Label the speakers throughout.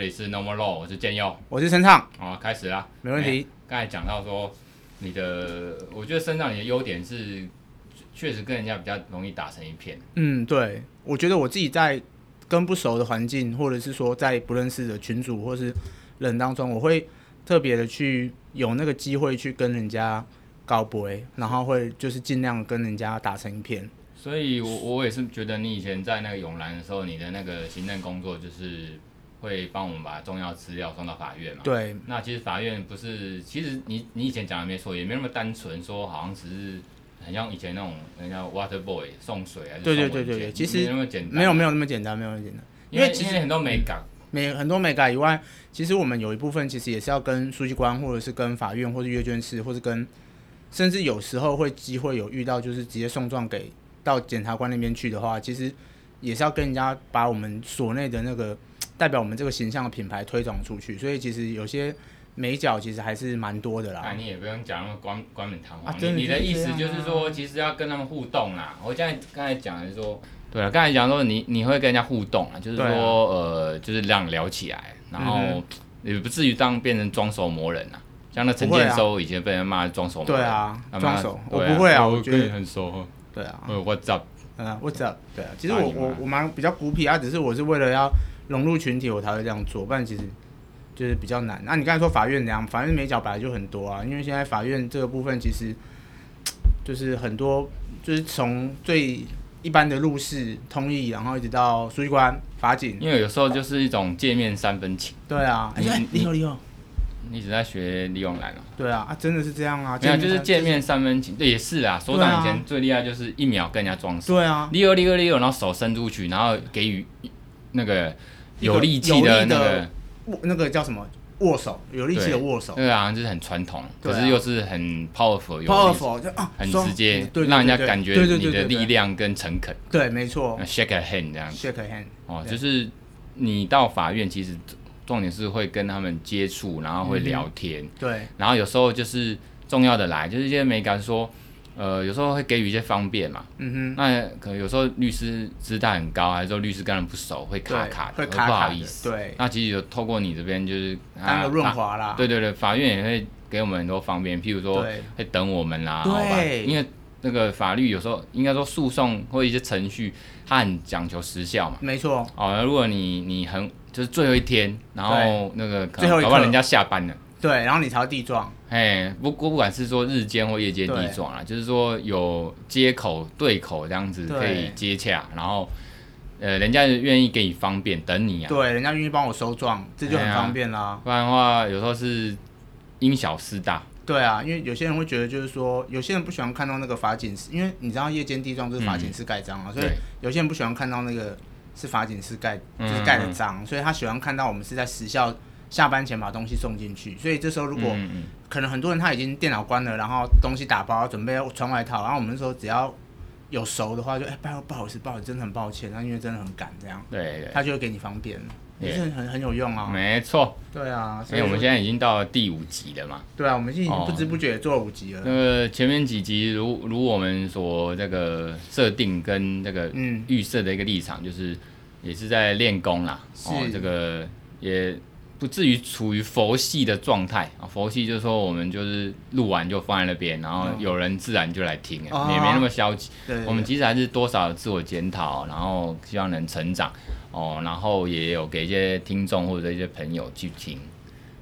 Speaker 1: 里是 Normal Law，我是建佑，
Speaker 2: 我是陈畅，
Speaker 1: 好，开始啦，
Speaker 2: 没问题
Speaker 1: 哎。刚才讲到说，你的，我觉得身上你的优点是，确实跟人家比较容易打成一片。
Speaker 2: 嗯，对，我觉得我自己在跟不熟的环境，或者是说在不认识的群组或是人当中，我会特别的去有那个机会去跟人家告白，然后会就是尽量跟人家打成一片。
Speaker 1: 所以我，我也是觉得你以前在那个永兰的时候，你的那个行政工作就是会帮我们把重要资料送到法院嘛。
Speaker 2: 对，
Speaker 1: 那其实法院不是，其实你你以前讲的没错，也没那么单纯，说好像只是很像以前那种人家 water boy 送水还是
Speaker 2: 对对
Speaker 1: 送文
Speaker 2: 对对
Speaker 1: 件
Speaker 2: 对其实
Speaker 1: 没那么简单，
Speaker 2: 没有没有那么简单，没有那么简单。
Speaker 1: 因为，
Speaker 2: 因为其实
Speaker 1: 因为很多美感，
Speaker 2: 美很多美改以外，其实我们有一部分其实也是要跟书记官，或者是跟法院，或是阅卷室，或是跟，甚至有时候会机会有遇到，就是直接送状给到检察官那边去的话，其实也是要跟人家把我们所内的那个代表我们这个形象的品牌推广出去，所以其实有些美角其实还是蛮多的
Speaker 1: 那
Speaker 2: 啦。
Speaker 1: 啊你也不用讲那么冠冠冕堂皇。
Speaker 2: 啊
Speaker 1: 你
Speaker 2: 真的
Speaker 1: 你的
Speaker 2: 是
Speaker 1: 意
Speaker 2: 这
Speaker 1: 思
Speaker 2: 样
Speaker 1: 就是
Speaker 2: 啊
Speaker 1: 说，其实要跟他们互动啦。我现在刚才讲的是说，对啊，刚才讲说你你会跟人家互动啊，就是说、
Speaker 2: 对啊
Speaker 1: 呃，就是让你聊起来，然后、
Speaker 2: 嗯
Speaker 1: 也不至于当变成装手磨人啊。像那陈
Speaker 2: 不会
Speaker 1: 建
Speaker 2: 啊
Speaker 1: 州以前被人骂是装手磨
Speaker 2: 对
Speaker 1: 人，
Speaker 2: 啊，
Speaker 1: 他妈
Speaker 2: 装手，我
Speaker 1: 对
Speaker 2: 不会啊，
Speaker 1: 我
Speaker 2: 我觉
Speaker 1: 跟你
Speaker 2: 得
Speaker 1: 很熟，
Speaker 2: 对啊。
Speaker 1: 呃我咋
Speaker 2: 嗯，我知道，对啊，其实
Speaker 1: 大
Speaker 2: 我
Speaker 1: 姨妈
Speaker 2: 我我蛮比较孤僻啊，只是我是为了要融入群体，我才会这样做，不然其实就是比较难。那、啊你刚才说法院怎样？法院美角本来就很多啊，因为现在法院这个部分其实就是很多，就是从最一般的入室通译，然后一直到书记官、法警，
Speaker 1: 因为有时候就是一种界面三分情，
Speaker 2: 对啊，哎
Speaker 1: 你
Speaker 2: 哎，
Speaker 1: 你
Speaker 2: 李友李友，
Speaker 1: 你一直在学李永兰哦。
Speaker 2: 对啊，啊真的是这样啊，
Speaker 1: 没有，
Speaker 2: 见
Speaker 1: 就是
Speaker 2: 三
Speaker 1: 界，面三分情，对，也是啊。所长以
Speaker 2: 对
Speaker 1: 前
Speaker 2: 啊
Speaker 1: 最厉害就是一秒跟人家装熟。
Speaker 2: 对啊，
Speaker 1: 利二利二利二，然后手伸出去，然后给予那个
Speaker 2: 一个
Speaker 1: 有力气的
Speaker 2: 有力
Speaker 1: 那
Speaker 2: 的
Speaker 1: 个，
Speaker 2: 握那个叫什么握手，有力气的
Speaker 1: 对
Speaker 2: 握手
Speaker 1: 那个好像就是很传统，
Speaker 2: 对
Speaker 1: 可
Speaker 2: 啊
Speaker 1: 是又是很 powerful，有力，
Speaker 2: ，powerful 就啊，
Speaker 1: 很
Speaker 2: 双
Speaker 1: 直接，
Speaker 2: 对，对
Speaker 1: 让人家
Speaker 2: 对对
Speaker 1: 感觉
Speaker 2: 对对对
Speaker 1: 你的
Speaker 2: 对对
Speaker 1: 力量跟诚恳
Speaker 2: 对，没错
Speaker 1: 那，shake a hand 这样子
Speaker 2: ，shake hand，
Speaker 1: 哦，
Speaker 2: 对
Speaker 1: 就是你到法院，其实重点是会跟他们接触，然后
Speaker 2: 嗯
Speaker 1: 会聊天，
Speaker 2: 对，
Speaker 1: 然后有时候就是重要的来，就是一些美感说。呃，有时候会给予一些方便嘛，
Speaker 2: 嗯
Speaker 1: 那可能有时候律师姿态很高，还是说律师跟人不熟，会卡
Speaker 2: 哼，对
Speaker 1: 卡的，
Speaker 2: 会卡
Speaker 1: 不
Speaker 2: 卡
Speaker 1: 好
Speaker 2: 的
Speaker 1: 意思。
Speaker 2: 对，
Speaker 1: 那其实有透过你这边就是
Speaker 2: 当个润、
Speaker 1: 啊
Speaker 2: 滑啦，
Speaker 1: 啊对对对，法院也会给我们很多方便，譬如说
Speaker 2: 对
Speaker 1: 会等我们啦，
Speaker 2: 对
Speaker 1: 好吧？因为那个法律有时候应该说诉讼或一些程序，它很讲求时效嘛。
Speaker 2: 没错，
Speaker 1: 哦，那如果你你很就是最后一天，然后
Speaker 2: 对
Speaker 1: 那个可
Speaker 2: 最后
Speaker 1: 能
Speaker 2: 一
Speaker 1: 搞不好
Speaker 2: 刻
Speaker 1: 人家下班了，
Speaker 2: 对，然后你才要地撞，
Speaker 1: 哎，不过不管是说日间或夜间
Speaker 2: 对
Speaker 1: 地状啦，就是说有接口对口这样子
Speaker 2: 对
Speaker 1: 可以接洽，然后呃，人家愿意给你方便等你啊，
Speaker 2: 对，人家愿意帮我收撞，这就
Speaker 1: 哎
Speaker 2: 很
Speaker 1: 呀
Speaker 2: 方便啦，
Speaker 1: 不然的话有时候是因小失大。
Speaker 2: 对啊，因为有些人会觉得就是说，有些人不喜欢看到那个法警室，因为你知道夜间地撞就是法警室盖章啊，所以
Speaker 1: 对
Speaker 2: 有些人不喜欢看到那个是法警室盖，就
Speaker 1: 嗯
Speaker 2: 是盖的章，所以他喜欢看到我们是在时效下班前把东西送进去，所以这时候如果
Speaker 1: 嗯嗯
Speaker 2: 可能很多人他已经电脑关了，然后东西打包，准备要穿外套，然后我们说只要有熟的话就，哎，不好不好意思，不好意思，真的很抱歉，那因为真的很赶，这样
Speaker 1: 对对
Speaker 2: 他就会给你方便，也
Speaker 1: Yeah
Speaker 2: 是很很有用啊。
Speaker 1: 没错。
Speaker 2: 对啊，
Speaker 1: 因
Speaker 2: 所以
Speaker 1: 为嗯哎我们
Speaker 2: 说
Speaker 1: 现在已经到了第五集了嘛，
Speaker 2: 对啊，我们现在已经
Speaker 1: 哦
Speaker 2: 不知不觉也做了五集了。
Speaker 1: 那个前面几集如如我们所这个设定跟这个
Speaker 2: 嗯
Speaker 1: 预设的一个立场，就是也是在练功啦，哦，
Speaker 2: 是
Speaker 1: 这个也不至于处于佛系的状态啊。佛系就是说我们就是录完就放在那边，然后
Speaker 2: 嗯
Speaker 1: 有人自然就来听，
Speaker 2: 哦
Speaker 1: 也没那么消极。
Speaker 2: 对，
Speaker 1: 我们其实还是多少有自我检讨，然后希望能成长哦，然后也有给一些听众或者一些朋友去听，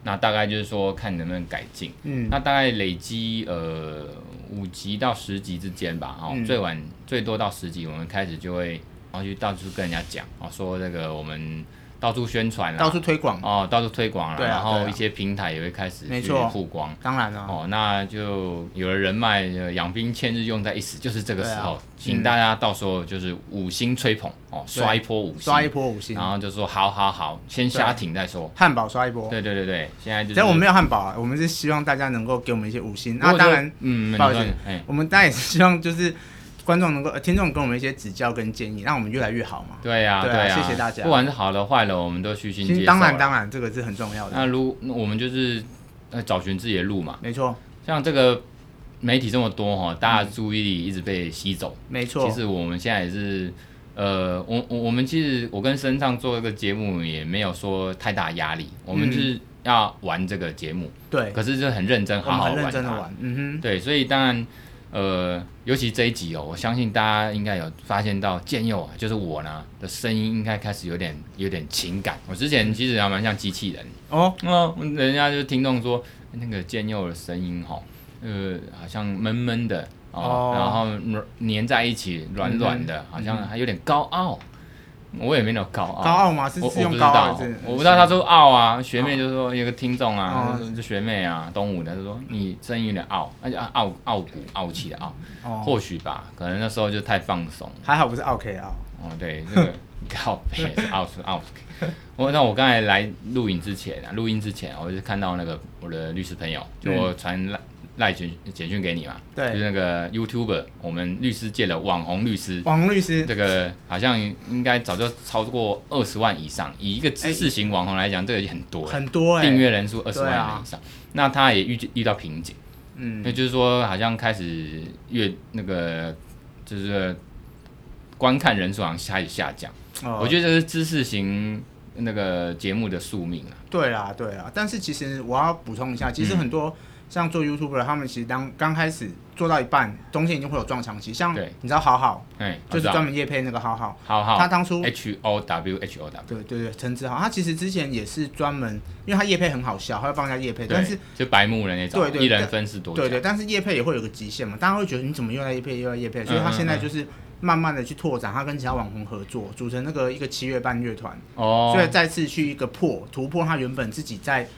Speaker 1: 那大概就是说看能不能改进，
Speaker 2: 嗯
Speaker 1: 那大概累积呃五集到十集之间吧，哦，
Speaker 2: 嗯
Speaker 1: 最晚最多到十集，我们开始就会然后去到处跟人家讲哦，说这个我们到处宣传啦，
Speaker 2: 到处推广，
Speaker 1: 哦到处推广啦，
Speaker 2: 对啊
Speaker 1: 然后
Speaker 2: 对啊
Speaker 1: 一些平台也会开始
Speaker 2: 没
Speaker 1: 去
Speaker 2: 错
Speaker 1: 曝光。
Speaker 2: 当然啊了，
Speaker 1: 哦，那就有了人脉，呃养兵千日，用在一时，就是这个时候，
Speaker 2: 对啊
Speaker 1: 请
Speaker 2: 嗯
Speaker 1: 大家到时候就是五星吹捧哦，
Speaker 2: 对
Speaker 1: 刷一波五星，
Speaker 2: 刷一波五星
Speaker 1: 然，后就说好好好，先瞎挺再说。
Speaker 2: 汉堡刷一波。
Speaker 1: 对对对对，现在就是。
Speaker 2: 但我们没有汉堡啊，我们是希望大家能够给我们一些五星。那
Speaker 1: 如果
Speaker 2: 当
Speaker 1: 说
Speaker 2: 然，，
Speaker 1: 嗯，
Speaker 2: 不好意
Speaker 1: 你
Speaker 2: 思
Speaker 1: 说哎，
Speaker 2: 我们当然也是希望就是观众能够、呃听众给我们一些指教跟建议，让我们越来越好嘛。
Speaker 1: 对呀、
Speaker 2: 对啊
Speaker 1: 对呀、
Speaker 2: 谢谢大家
Speaker 1: 不管是好的坏的，我们都虚心接受
Speaker 2: 其实
Speaker 1: 啦。
Speaker 2: 当然当然，这个是很重要的，
Speaker 1: 那如那我们就是呃找寻自己的路嘛，
Speaker 2: 没错
Speaker 1: 像这个媒体这么多哈、哦，大家注意力一直被吸走。
Speaker 2: 没错
Speaker 1: 其，实我们现在也是呃，我我我们其实我跟申畅做一个节目也没有说太大压力，我们就是要玩这个节目，
Speaker 2: 嗯对，
Speaker 1: 可是就很认真，
Speaker 2: 我
Speaker 1: 好
Speaker 2: 们
Speaker 1: 好
Speaker 2: 很认
Speaker 1: 玩啊
Speaker 2: 真的
Speaker 1: 它。
Speaker 2: 玩，嗯
Speaker 1: 对，所以当然，呃，尤其这一集哦，我相信大家应该有发现到建佑啊，就是我呢的声音应该开始有点有点情感。我之前其实还蛮像机器人，
Speaker 2: 哼，哦，
Speaker 1: 哦，人家就听众说哎那个建佑的声音哈、呃，好像闷闷的哦
Speaker 2: 哦嗯
Speaker 1: 然后嗯粘在一起软软的，好像还有点高傲。我也没有高傲，
Speaker 2: 高傲吗是
Speaker 1: 哦我
Speaker 2: 是
Speaker 1: 我
Speaker 2: 用
Speaker 1: 不知
Speaker 2: 高傲
Speaker 1: 道
Speaker 2: 这个
Speaker 1: 我不知道他说傲啊，学妹就说有个听众啊，
Speaker 2: 哦
Speaker 1: 就说就学妹啊，东吴的，她说你声音有点傲，而且傲傲骨傲气的傲，
Speaker 2: 哦，
Speaker 1: 或许吧，可能那时候就太放松了。
Speaker 2: 还好不是 OK 啊，
Speaker 1: 哦，对，这 个靠背是 out 是 out。我那我刚才来录影之前啊，录音之前啊我就看到那个我的律师朋友，就我传赖赖简简讯给你嘛，
Speaker 2: 嗯对
Speaker 1: 就是那个 YouTuber，我们律师界的网红律师，
Speaker 2: 王律师，
Speaker 1: 这个好像应该早就超过二十万以上，以一个知识型网红来讲，这个也很多了，欸
Speaker 2: 很多哎、
Speaker 1: 订阅人数二十万
Speaker 2: 对啊
Speaker 1: 人以上，那他也遇遇到瓶颈。
Speaker 2: 嗯，
Speaker 1: 那就是说，好像开始越那个就是观看人数好像开始下降。
Speaker 2: 哦
Speaker 1: 我觉得这是知识型那个节目的宿命啊。
Speaker 2: 对啦，对啦，但是其实我要补充一下，其
Speaker 1: 嗯
Speaker 2: 实很多像做 YouTuber，的他们其实当刚开始做到一半，中间已经会有撞墙期。像
Speaker 1: 对
Speaker 2: 你知道好好，
Speaker 1: 哎，
Speaker 2: 就是
Speaker 1: 我知道
Speaker 2: 专门业配那个好好，
Speaker 1: 好好，哎
Speaker 2: 他当初
Speaker 1: H O W H O W，
Speaker 2: 对对对，陈志豪，他其实之前也是专门，因为他业配很好笑，他会帮人家业配，但是
Speaker 1: 就白目人那种，
Speaker 2: 对对
Speaker 1: 一人分饰多角。
Speaker 2: 对对，但是业配也会有个极限嘛，大家会觉得你怎么又在业配又在业配，所以
Speaker 1: 嗯
Speaker 2: 他
Speaker 1: 嗯
Speaker 2: 现在
Speaker 1: 嗯
Speaker 2: 就是慢慢的去拓展，他跟其他网红合作，组成那个一个七月半乐团，所以
Speaker 1: 哦，
Speaker 2: 再次去一个破突破他原本自己在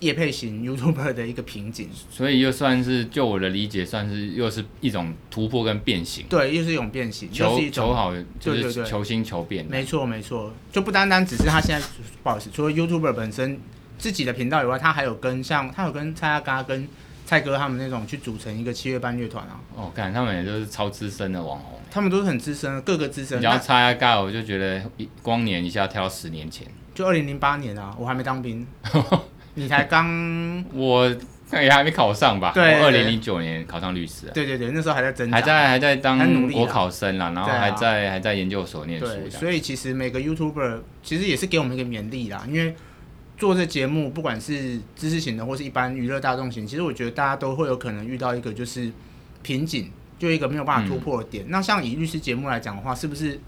Speaker 2: 业配型 YouTuber 的一个瓶颈。
Speaker 1: 所以又算是就我的理解，算是又是一种突破跟变形，
Speaker 2: 对，又是一种变形，又
Speaker 1: 求
Speaker 2: 是一
Speaker 1: 求
Speaker 2: 种，
Speaker 1: 好就
Speaker 2: 对对
Speaker 1: 是
Speaker 2: 对
Speaker 1: 求新求变。啊
Speaker 2: 没错没错，就不单单只是他现在，不好意思，除了 YouTuber 本身自己的频道以外，他还有跟像他有跟蔡阿嘎跟蔡哥他们那种去组成一个七月半乐团啊，
Speaker 1: 哦，看他们也都是超资深的网红。
Speaker 2: 他们都是很资深的，各个资深
Speaker 1: 哦你，要
Speaker 2: 啊那
Speaker 1: 猜一盖，我就觉得一光年一下跳到十年前。
Speaker 2: 就二零零八年啊，我还没 当兵，你才刚，
Speaker 1: 我看也还没考上吧？
Speaker 2: 对
Speaker 1: 我二零零九年考上律师、啊，
Speaker 2: 对对对，那时候还在挣扎，
Speaker 1: 还在还在当
Speaker 2: 还努力啊
Speaker 1: 国考生啦，然后
Speaker 2: 对啊
Speaker 1: 还在、还在研究所念书
Speaker 2: 对，
Speaker 1: 这样。
Speaker 2: 所以其实每个 YouTuber 其实也是给我们一个勉励啦，因为做这节目，不管是知识型的，或是一般娱乐大众型，其实我觉得大家都会有可能遇到一个就是瓶颈，就一个没有办法突破的
Speaker 1: 嗯
Speaker 2: 点。那像以律师节目来讲的话，是不是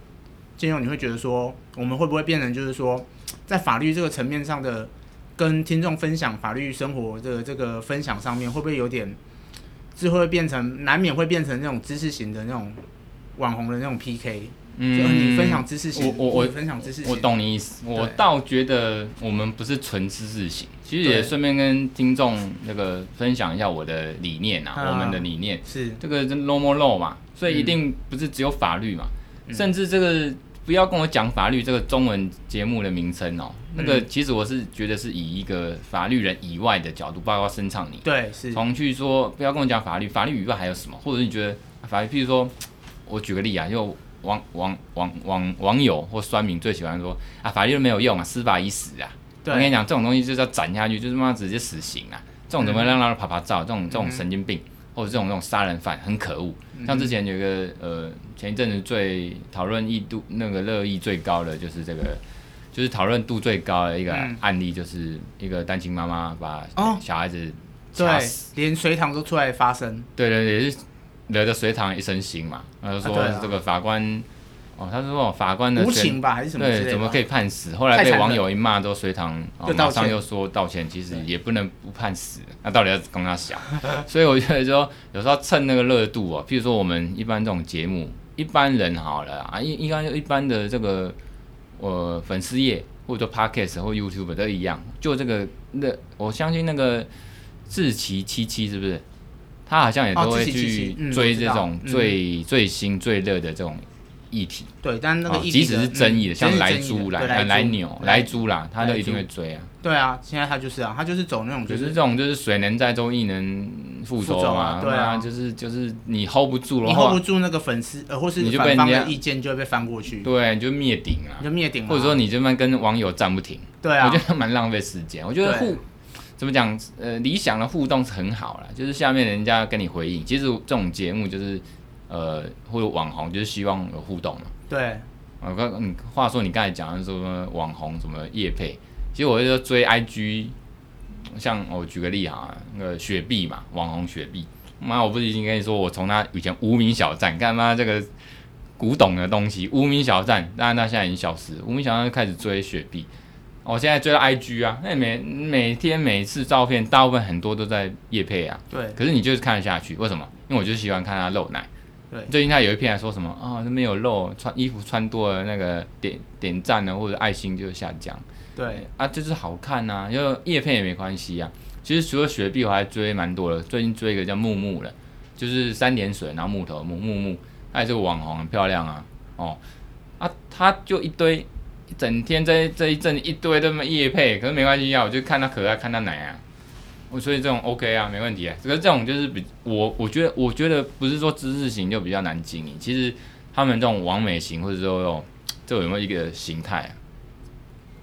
Speaker 2: 建勇你会觉得说，我们会不会变成就是说，在法律这个层面上的跟听众分享法律生活的这个分享上面，会不会有点？是会变成难免会变成那种知识型的那种网红的那种 PK，就嗯你分享知识型，
Speaker 1: 我我
Speaker 2: 你分享知识
Speaker 1: 嗯
Speaker 2: 型，
Speaker 1: 我懂你意思，我倒觉得我们不是纯知识型，其实也
Speaker 2: 对
Speaker 1: 顺便跟听众那个分享一下我的理念啊，
Speaker 2: 啊
Speaker 1: 我们的理念，
Speaker 2: 是
Speaker 1: 这个是 no more law 嘛，所以一定不是只有法律嘛，
Speaker 2: 嗯
Speaker 1: 甚至这个不要跟我讲法律这个中文节目的名称哦，那
Speaker 2: 嗯
Speaker 1: 个其实我是觉得是以一个法律人以外的角度，包括声唱你，
Speaker 2: 对是
Speaker 1: 从去说不要跟我讲法律，法律以外还有什么，或者你觉得啊法律，譬如说，我举个例啊，就网网网网网友或酸民最喜欢说啊，法律都没有用啊，司法已死啊。我
Speaker 2: 对
Speaker 1: 跟你讲，这种东西就是要斩下去，就是他妈直接死刑啊！这种怎
Speaker 2: 嗯
Speaker 1: 么让他啪啪照？这种这种神经病，或者这种这种杀人犯，很可恶。
Speaker 2: 嗯
Speaker 1: 像之前有一个呃，前一阵子最讨论议度那个热议最高的就是这个，就是讨论度最高的一个
Speaker 2: 嗯
Speaker 1: 案例，就是一个单亲妈妈把
Speaker 2: 哦
Speaker 1: 小孩子掐
Speaker 2: 对
Speaker 1: 死。，
Speaker 2: 连隋唐都出来发声，
Speaker 1: 对对对，也是惹得隋唐一身腥嘛。他就
Speaker 2: 啊对
Speaker 1: 说
Speaker 2: 啊
Speaker 1: 这个法官，哦，他是说法官的
Speaker 2: 无
Speaker 1: 权
Speaker 2: 情吧还是什么之类
Speaker 1: 对，
Speaker 2: 的，
Speaker 1: 怎么可
Speaker 2: 以？
Speaker 1: 以判死？后来
Speaker 2: 太
Speaker 1: 被
Speaker 2: 残忍
Speaker 1: 网友一骂，都隋唐、哦、
Speaker 2: 就道
Speaker 1: 马
Speaker 2: 歉
Speaker 1: 上又说道歉，其实也不能不判死，那到底要跟他想？ 所以我觉得说，有时候趁那个热度哦，譬如说我们一般这种节目，一般人好了啊，一一般一般的这个呃粉丝页或者说 podcast 或 YouTube 都一样，就这个那我相信那个志奇七七是不是？他好像也都
Speaker 2: 哦
Speaker 1: 会
Speaker 2: 志祺七
Speaker 1: 去
Speaker 2: 七嗯
Speaker 1: 追
Speaker 2: 我知
Speaker 1: 这
Speaker 2: 道
Speaker 1: 种
Speaker 2: 嗯
Speaker 1: 最、最新最热的这种议题。
Speaker 2: 对，但那个
Speaker 1: 哦
Speaker 2: 议
Speaker 1: 即
Speaker 2: 题
Speaker 1: 使
Speaker 2: 的
Speaker 1: 是争议的，
Speaker 2: 嗯
Speaker 1: 像
Speaker 2: 真是
Speaker 1: 莱
Speaker 2: 争议的
Speaker 1: 猪啦、
Speaker 2: 对
Speaker 1: 呃
Speaker 2: 莱
Speaker 1: 莱
Speaker 2: 猪
Speaker 1: 牛、莱猪啦，他都一定会追啊。
Speaker 2: 对啊，现在他就是啊，他就是走那种
Speaker 1: 就
Speaker 2: 就是
Speaker 1: 这
Speaker 2: 是
Speaker 1: 种，就是水能载舟，亦能覆
Speaker 2: 覆
Speaker 1: 舟
Speaker 2: 舟
Speaker 1: 嘛。
Speaker 2: 啊对啊
Speaker 1: 那就是就是你 hold 不住的
Speaker 2: 你 hold
Speaker 1: 话
Speaker 2: 不，住那个粉丝呃，或是
Speaker 1: 你就被
Speaker 2: 反方
Speaker 1: 人
Speaker 2: 的
Speaker 1: 家
Speaker 2: 意见就会被翻过去，
Speaker 1: 对，你就灭顶啊
Speaker 2: 你。就灭顶了啊，
Speaker 1: 或者说你这边跟网友站不停，
Speaker 2: 对
Speaker 1: 我
Speaker 2: 啊
Speaker 1: 觉，得蛮浪费时间。我觉得
Speaker 2: 对
Speaker 1: 互怎么讲，呃，理想的互动是很好啦，就是下面人家跟你回应。其实这种节目就是呃，或者网红就是希望有互动嘛。
Speaker 2: 对
Speaker 1: 我刚你话说你刚才讲的什么网红什么叶配，其实我就追 IG，像我举个例啊，那个雪碧嘛，网红雪碧，妈我不是已经跟你说，我从他以前无名小站，干妈这个古董的东西，无名小站，但那现在已经消失了，无名小站就开始追雪碧，我现在追到 IG 啊，那每每天每次照片大部分很多都在叶配啊，
Speaker 2: 对
Speaker 1: 可是你就是看得下去，为什么？因为我就喜欢看他露奶。
Speaker 2: 对
Speaker 1: 最近他有一篇还说什么啊、那边有露，穿衣服穿多了那个点点赞呢或者爱心就下降。
Speaker 2: 对，
Speaker 1: 啊，就是好看呐、啊，因为叶片也没关系啊。其实除了雪碧，我还追蛮多的，最近追一个叫木木的，就是三点水然后木头木木木，她也是个网红，很漂亮啊。哦，啊，她就一堆，一整天这这一阵一堆这么叶配，可是没关系啊，我就看她可爱，看她奶啊。我所以这种 OK 啊，没问题啊。可是这种就是比我我觉得我觉得不是说知识型就比较难经营，其实他们这种完美型或者说这种这种有没有一个形态啊？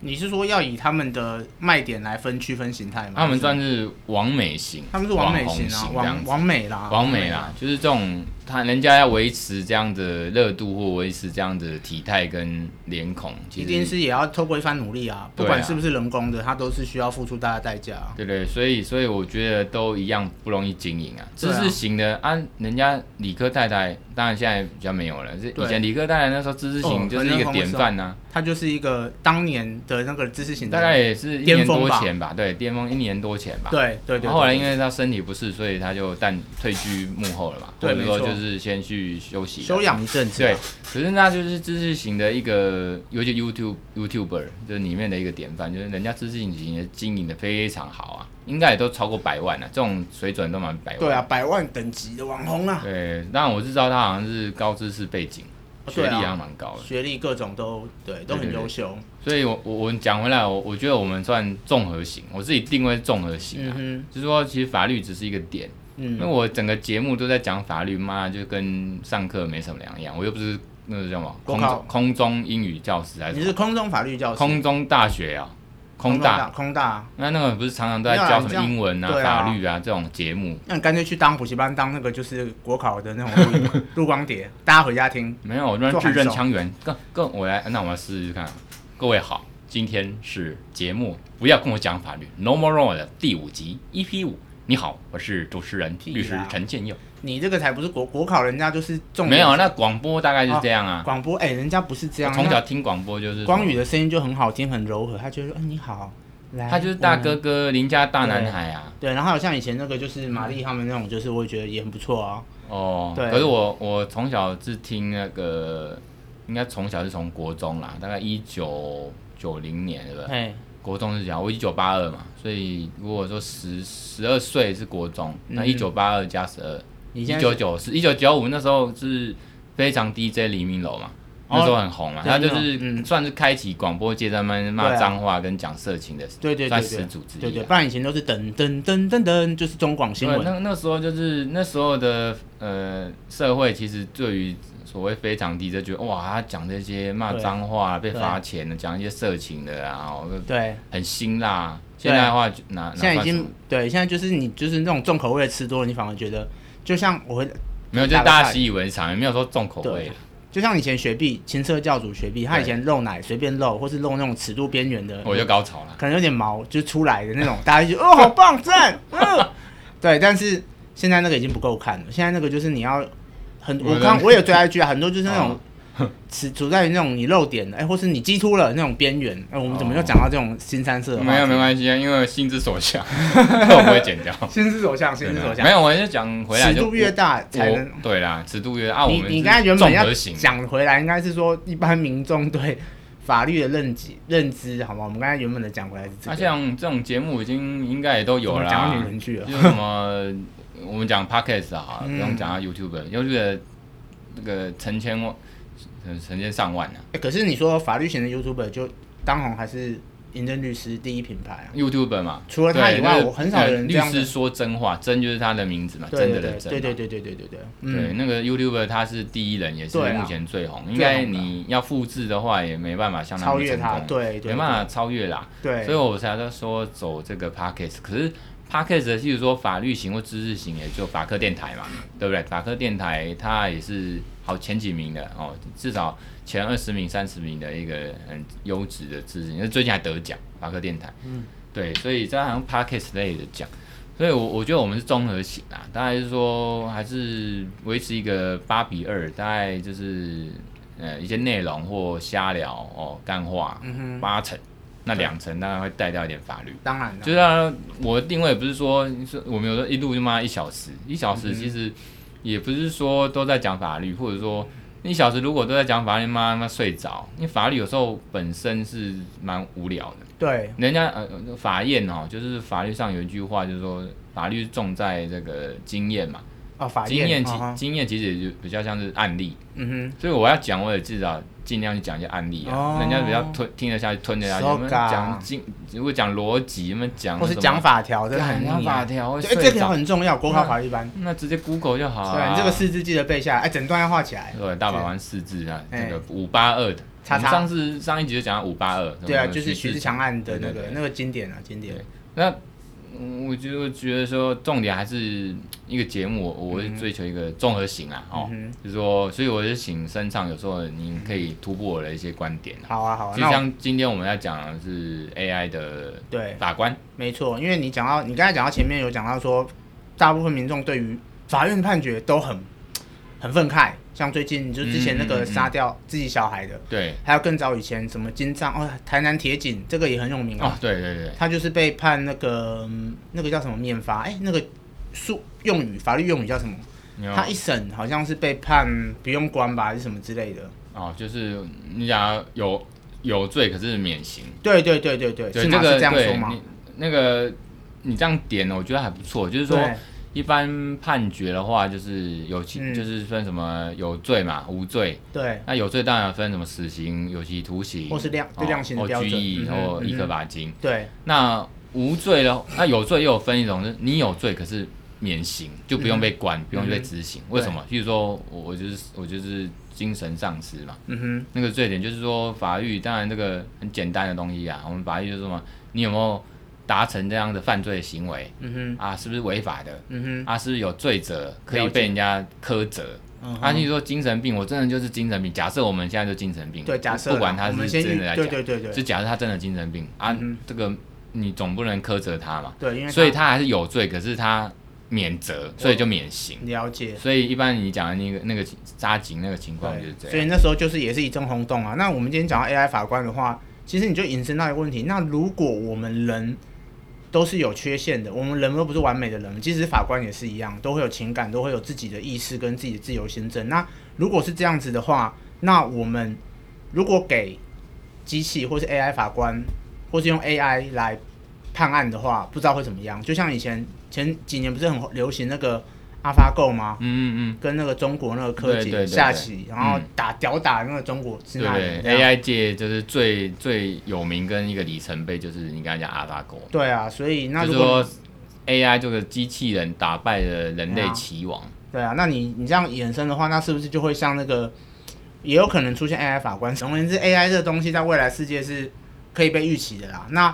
Speaker 2: 你是说要以他们的卖点来分区分形态吗？
Speaker 1: 他们算是王美型，
Speaker 2: 他们是完美
Speaker 1: 网
Speaker 2: 型
Speaker 1: 红
Speaker 2: 啊，
Speaker 1: 型这样
Speaker 2: 完
Speaker 1: 子，
Speaker 2: 完美啦，
Speaker 1: 王美啊啦，就是这种他人家要维持这样的热度或维持这样的体态跟脸孔，其
Speaker 2: 一
Speaker 1: 实
Speaker 2: 定是也要透过一番努力啊，不
Speaker 1: 对啊
Speaker 2: 管是不是人工的，它都是需要付出大的代价啊。
Speaker 1: 对对，所以所以我觉得都一样不容易经营啊。
Speaker 2: 对
Speaker 1: 知
Speaker 2: 啊
Speaker 1: 识型的啊，人家理科太太当然现在比较没有了，是
Speaker 2: 对
Speaker 1: 以前理科太太那时候知识型
Speaker 2: 哦
Speaker 1: 就是一个典范呐、
Speaker 2: 它就是一个当年的那个知识型的，
Speaker 1: 大概也是一年
Speaker 2: 巅峰
Speaker 1: 多
Speaker 2: 吧
Speaker 1: 前吧，对，巅峰一年多前吧。
Speaker 2: 对对对对。
Speaker 1: 然后后来因为他身体不适，所以他就但退居幕后了嘛，
Speaker 2: 对
Speaker 1: 或者说
Speaker 2: 没错
Speaker 1: 就是先去休息了
Speaker 2: 休养一阵子啊，
Speaker 1: 对，可是那就是知识型的一个，尤其 YouTube YouTuber 就是里面的一个典范，就是人家知识型的经营的非常好啊，应该也都超过百万啊了、这种水准都满百万。
Speaker 2: 对啊，百万等级的网红啊，
Speaker 1: 对，但我是知道他好像是高知识背景，
Speaker 2: 哦
Speaker 1: 学
Speaker 2: 对
Speaker 1: 历
Speaker 2: 啊
Speaker 1: 好像蛮高的。
Speaker 2: 学历各种都对，都
Speaker 1: 对
Speaker 2: 很
Speaker 1: 对对
Speaker 2: 优秀。
Speaker 1: 所以我，我我讲回来，我我觉得我们算综合型，我自己定位综合型
Speaker 2: 嗯
Speaker 1: 啊，
Speaker 2: 哼，
Speaker 1: 就是说其实法律只是一个点，因为
Speaker 2: 嗯，
Speaker 1: 我整个节目都在讲法律，妈就跟上课没什么两样，我又不是那个叫什么
Speaker 2: 国
Speaker 1: 空
Speaker 2: 考
Speaker 1: 中空中英语教师还是
Speaker 2: 你
Speaker 1: 什么
Speaker 2: 是空中法律教师，
Speaker 1: 空中大学啊，空大，
Speaker 2: 空大，
Speaker 1: 那那个不是常常都在
Speaker 2: 没有啊
Speaker 1: 教
Speaker 2: 你
Speaker 1: 什
Speaker 2: 这
Speaker 1: 么
Speaker 2: 样
Speaker 1: 英文啊、
Speaker 2: 对啊
Speaker 1: 法律啊这种节目？
Speaker 2: 那你干脆去当补习班，当那个就是国考的那种录 录光碟，大家回家听。
Speaker 1: 没有，我那
Speaker 2: 做
Speaker 1: 字
Speaker 2: 函授
Speaker 1: 正腔圆。更更，我来，那我来试试看。各位好，今天是节目，不要跟我讲法律，No More Law 的第五集 EP 五。你好，我是主持人
Speaker 2: 屁啦
Speaker 1: 律师陈建佑。
Speaker 2: 你这个才不是国国考，人家就是重点
Speaker 1: 没有啊，那广播大概就是这样啊。
Speaker 2: 广播，哎、人家不是这
Speaker 1: 我
Speaker 2: 样。
Speaker 1: 从小听广播就是
Speaker 2: 那光宇
Speaker 1: 的，
Speaker 2: 的声音就很好听，很柔和，他就说：“嗯、你好，来。”
Speaker 1: 他就是大哥。哥邻家大男孩啊。
Speaker 2: 对，然后还有像以前那个就是玛丽他们那种，就是我也觉得也很不错啊。
Speaker 1: 哦，
Speaker 2: 对
Speaker 1: 可是我我从小是听那个，应该从小是从国中啦，大概一九九零年对不对？
Speaker 2: 哎，
Speaker 1: 国中是讲我一九八二嘛，所以如果说十十二岁是国中，那
Speaker 2: 嗯
Speaker 1: 一九八二加十二，
Speaker 2: 你
Speaker 1: 一
Speaker 2: 现在
Speaker 1: 九九四一九九五那时候是非常 DJ 黎明楼嘛。那时候很红嘛，
Speaker 2: 哦对
Speaker 1: 他就
Speaker 2: 黎明楼
Speaker 1: 是
Speaker 2: 嗯
Speaker 1: 算是开启广播界他们骂
Speaker 2: 对啊
Speaker 1: 脏话跟讲色情的，
Speaker 2: 对对对
Speaker 1: 算
Speaker 2: 对
Speaker 1: 始祖之一啊。
Speaker 2: 对对，不然以前都是噔噔噔噔噔，就是中广新
Speaker 1: 对，
Speaker 2: 闻。
Speaker 1: 那那时候就是那时候的呃社会，其实对于所谓非常低，就觉得哇，他讲这些骂
Speaker 2: 对
Speaker 1: 脏话、被
Speaker 2: 对
Speaker 1: 罚钱的，讲一些色情的啊，哦
Speaker 2: 对，
Speaker 1: 很辛辣。
Speaker 2: 对
Speaker 1: 现
Speaker 2: 啊
Speaker 1: 在的话就哪哪
Speaker 2: 现在已
Speaker 1: 算什
Speaker 2: 经
Speaker 1: 么
Speaker 2: 对，现在就是你就是那种重口味的吃多了，你反而觉得就像我会
Speaker 1: 没有，就是
Speaker 2: 打个
Speaker 1: 大家
Speaker 2: 菜
Speaker 1: 习以为常，也没有说重口味
Speaker 2: 对。就像以前雪碧情色教主雪碧，他以前露奶随便露，或是露那种尺度边缘的，
Speaker 1: 我就高潮了。
Speaker 2: 可能有点毛就出来的那种， 大家就觉得哦好棒赞， 嗯，对，但是现在那个已经不够看了，现在那个就是你要很，
Speaker 1: 我
Speaker 2: 我看
Speaker 1: 跟
Speaker 2: 我也追 IG 啊，很多就是那种
Speaker 1: 哦。
Speaker 2: 处处在于那种你露点的，哎、或是你激突了那种边缘，哎、我们怎么又
Speaker 1: 哦
Speaker 2: 讲到这种新三色的话题？
Speaker 1: 没有没关系啊，因为心之所向， 我不会剪掉。
Speaker 2: 先知所向，先知所
Speaker 1: 对
Speaker 2: 向。
Speaker 1: 没有，我就讲回来
Speaker 2: 尺
Speaker 1: 就
Speaker 2: 度越大才能。
Speaker 1: 我对啦，尺度越大。啊我
Speaker 2: 你
Speaker 1: 们
Speaker 2: 你
Speaker 1: 是
Speaker 2: 刚才原本
Speaker 1: 综
Speaker 2: 要
Speaker 1: 合型，
Speaker 2: 讲回来，应该是说一般民众对法律的认知认知，好吗？我们刚才原本的讲回来是这
Speaker 1: 那、
Speaker 2: 个。
Speaker 1: 像这种节目已经应该也都啊有
Speaker 2: 怎么
Speaker 1: 了
Speaker 2: 讲
Speaker 1: 啊。
Speaker 2: 到女人去了，
Speaker 1: 就是什么，我们讲 podcast 啊，不
Speaker 2: 嗯
Speaker 1: 用讲到 YouTube，YouTube 那个成千万、成成千上万啊
Speaker 2: 哎可是你说法律型的 YouTuber 就当红还是银证律师第一品牌啊？
Speaker 1: ，YouTube 嘛。
Speaker 2: 除了他以外，
Speaker 1: 对那个
Speaker 2: 我很少有人这
Speaker 1: 律
Speaker 2: 样
Speaker 1: 师
Speaker 2: 的。
Speaker 1: 说真话，真就是他的名字嘛，
Speaker 2: 对
Speaker 1: 啊真的
Speaker 2: 对
Speaker 1: 的
Speaker 2: 对
Speaker 1: 真嘛。
Speaker 2: 对对对对对对对，
Speaker 1: 对，
Speaker 2: 嗯，
Speaker 1: 那个 YouTube 他是第一人，也是
Speaker 2: 对啊
Speaker 1: 目前最红。
Speaker 2: 最红
Speaker 1: 应该你要复制的话，也没办法像
Speaker 2: 超
Speaker 1: 们
Speaker 2: 越
Speaker 1: 成
Speaker 2: 他，
Speaker 1: 功，
Speaker 2: 对对，
Speaker 1: 没办法超越啦。
Speaker 2: 对，
Speaker 1: 所
Speaker 2: 对
Speaker 1: 以我才在说走这个 podcast。可是 podcast，譬如说法律型或知识型，也就法科电台嘛，对不对？法科电台它也是好前几名的哦，至少前二十名、三十名的一个很优质的知识型，那最近还得奖，法科电台。
Speaker 3: 嗯，
Speaker 1: 对，所以这好像 podcast 类的奖，所以我我觉得我们是综合型啊，大概是说还是维持一个八比二，大概就是呃一些内容或瞎聊哦，干话
Speaker 2: 嗯哼，
Speaker 1: 八成，那两成当然会带掉一点法律。
Speaker 2: 当然了，
Speaker 1: 就是啊，我的定位不是说，是我们有时候一录就骂一小时，一小
Speaker 2: 嗯
Speaker 1: 时其实也不是说都在讲法律，或者说一小时如果都在讲法律，妈妈睡着，因为法律有时候本身是蛮无聊的。
Speaker 2: 对，
Speaker 1: 人家呃呃法院哦，就是法律上有一句话，就是说法律重在这个经验嘛，
Speaker 2: 哦，法
Speaker 1: 经
Speaker 2: 院
Speaker 1: 验其
Speaker 2: 嗯哼
Speaker 1: 经验其实也就比较像是案例，
Speaker 2: 嗯
Speaker 1: 所以我要讲，我也至少尽量去讲一些案例啊，
Speaker 2: 哦
Speaker 1: 人家比较吞听得下去，吞得下去。
Speaker 2: So
Speaker 1: 我们讲经，如果讲逻辑，我们讲
Speaker 2: 哼，或是
Speaker 1: 什么
Speaker 2: 讲法条，这个
Speaker 1: 干
Speaker 2: 很
Speaker 1: 讲
Speaker 2: 腻
Speaker 1: 法
Speaker 2: 啊，
Speaker 1: 条会
Speaker 2: 哎，这
Speaker 1: 睡
Speaker 2: 条
Speaker 1: 着，嗯啊
Speaker 2: 很重要，国考法律班，
Speaker 1: 那直接 Google 就好了、
Speaker 2: 对，你这个四字记得背下来，哎，整段要画起来，
Speaker 1: 对大法官四字啊，
Speaker 2: 哎
Speaker 1: 这个五八二的，
Speaker 2: 叉叉
Speaker 1: 我们上次上一集就讲到五八二，
Speaker 2: 对啊，
Speaker 1: 什么
Speaker 2: 就是许志强案的那
Speaker 1: 对
Speaker 2: 个
Speaker 1: 对对
Speaker 2: 那个经典啊，经典
Speaker 1: 对，那嗯我就觉得说，重点还是一个节目，我我会追求一个综合型啊，哦，
Speaker 2: 嗯
Speaker 1: 就是说，所以我是请声唱，有时候你可以突破我的一些观点
Speaker 2: 哼，
Speaker 1: 啊。
Speaker 2: 好啊好啊，
Speaker 1: 就
Speaker 2: 那我
Speaker 1: 像今天我们要讲的是 AI 的
Speaker 2: 对，
Speaker 1: 法官，
Speaker 2: 没错，因为你讲到你刚才讲到前面有讲到说，大部分民众对于法院的判决都很很愤慨，像最近就之前那
Speaker 1: 嗯嗯
Speaker 2: 个
Speaker 1: 嗯
Speaker 2: 杀掉自己小孩的，
Speaker 1: 对，
Speaker 2: 还有更早以前什么金藏哦，台南铁警这个也很有名
Speaker 1: 哦，
Speaker 2: 啊，
Speaker 1: 对对对，
Speaker 2: 他就是被判那个嗯那个叫什么免罚，哎、那个术用语法律用语叫什么？
Speaker 1: 你有
Speaker 2: 他一审好像是被判不用关吧，还是什么之类的。
Speaker 1: 哦，就是你讲有有罪，可是免刑，
Speaker 2: 对对对对对，
Speaker 1: 对
Speaker 2: 是
Speaker 1: 这
Speaker 2: 吗？是
Speaker 1: 个
Speaker 2: 这样说
Speaker 1: 对
Speaker 2: 吗？
Speaker 1: 你那个你这样点，我觉得还不错，就是说。
Speaker 2: 对
Speaker 1: 一般判决的话，就是有期，
Speaker 2: 嗯
Speaker 1: 就是分什么有罪嘛，无罪。
Speaker 2: 对
Speaker 1: 那有罪当然分什么死刑、有期徒刑，
Speaker 2: 或是量对
Speaker 1: 哦
Speaker 2: 量刑的
Speaker 1: 或
Speaker 2: 标准
Speaker 1: 拘役
Speaker 2: 嗯哼
Speaker 1: 或一颗罚金。
Speaker 2: 对，
Speaker 1: 那无罪的，那有罪又有分一种，就是你有罪可是免刑，就不用
Speaker 2: 嗯
Speaker 1: 被关，不用被执行。为什么？譬如说我我就是我就是精神丧失嘛，
Speaker 2: 嗯哼，
Speaker 1: 那个罪点就是说法律，当然这个很简单的东西啊，我们法律就是什么，你有没有达成这样的犯罪行为
Speaker 2: 嗯哼，
Speaker 1: 啊？是不是违法的？
Speaker 2: 嗯哼，
Speaker 1: 他是有罪责，可以
Speaker 2: 了解
Speaker 1: 被人家苛责。
Speaker 2: 嗯哼
Speaker 1: 啊，你说精神病，我真的就是精神病。假设我们现在就精神病，
Speaker 2: 对，假设啦
Speaker 1: 不管他
Speaker 2: 我们
Speaker 1: 是
Speaker 2: 先预
Speaker 1: 真的来
Speaker 2: 对
Speaker 1: 讲，
Speaker 2: 对对对
Speaker 1: 就假设他真的精神病啊
Speaker 2: 嗯哼，
Speaker 1: 这个你总不能苛责他嘛，
Speaker 2: 对，因为
Speaker 1: 所以他还是有罪，可是他免责，所以就免刑。
Speaker 2: 了解，
Speaker 1: 所以一般你讲的那个那个扎警那个情况就是
Speaker 2: 对，
Speaker 1: 这
Speaker 2: 所以
Speaker 1: 样。
Speaker 2: 那时候就是也是一阵轰动啊。那我们今天讲到 AI 法官的话，其实你就引申到一个问题：那如果我们人都是有缺陷的，我们人都不是完美的人，即使法官也是一样，都会有情感，都会有自己的意识跟自己的自由心证。那如果是这样子的话，那我们如果给机器或是 AI 法官，或是用 AI 来判案的话，不知道会怎么样。就像以前前几年不是很流行那个 AlphaGo 吗？
Speaker 1: 嗯嗯
Speaker 2: 跟那个中国那个科
Speaker 1: 对对
Speaker 2: 技
Speaker 1: 对
Speaker 2: 下棋，然后
Speaker 1: 嗯
Speaker 2: 打吊打那个中国
Speaker 1: 嗯，
Speaker 2: 支那
Speaker 1: 对
Speaker 2: 人
Speaker 1: 对
Speaker 2: 这样
Speaker 1: ，AI 界就是最最有名跟一个里程碑，就是你刚才讲阿拉狗。
Speaker 2: 对啊，所以那
Speaker 1: 就
Speaker 2: 如
Speaker 1: 是
Speaker 2: 果
Speaker 1: 说 AI 这个机器人打败了人
Speaker 2: 对
Speaker 1: 类
Speaker 2: 啊
Speaker 1: 棋王，
Speaker 2: 对啊，那你你这样衍生的话，那是不是就会像那个也有可能出现 AI 法官？总而言之，AI 这个东西在未来世界是可以被预期的啦。那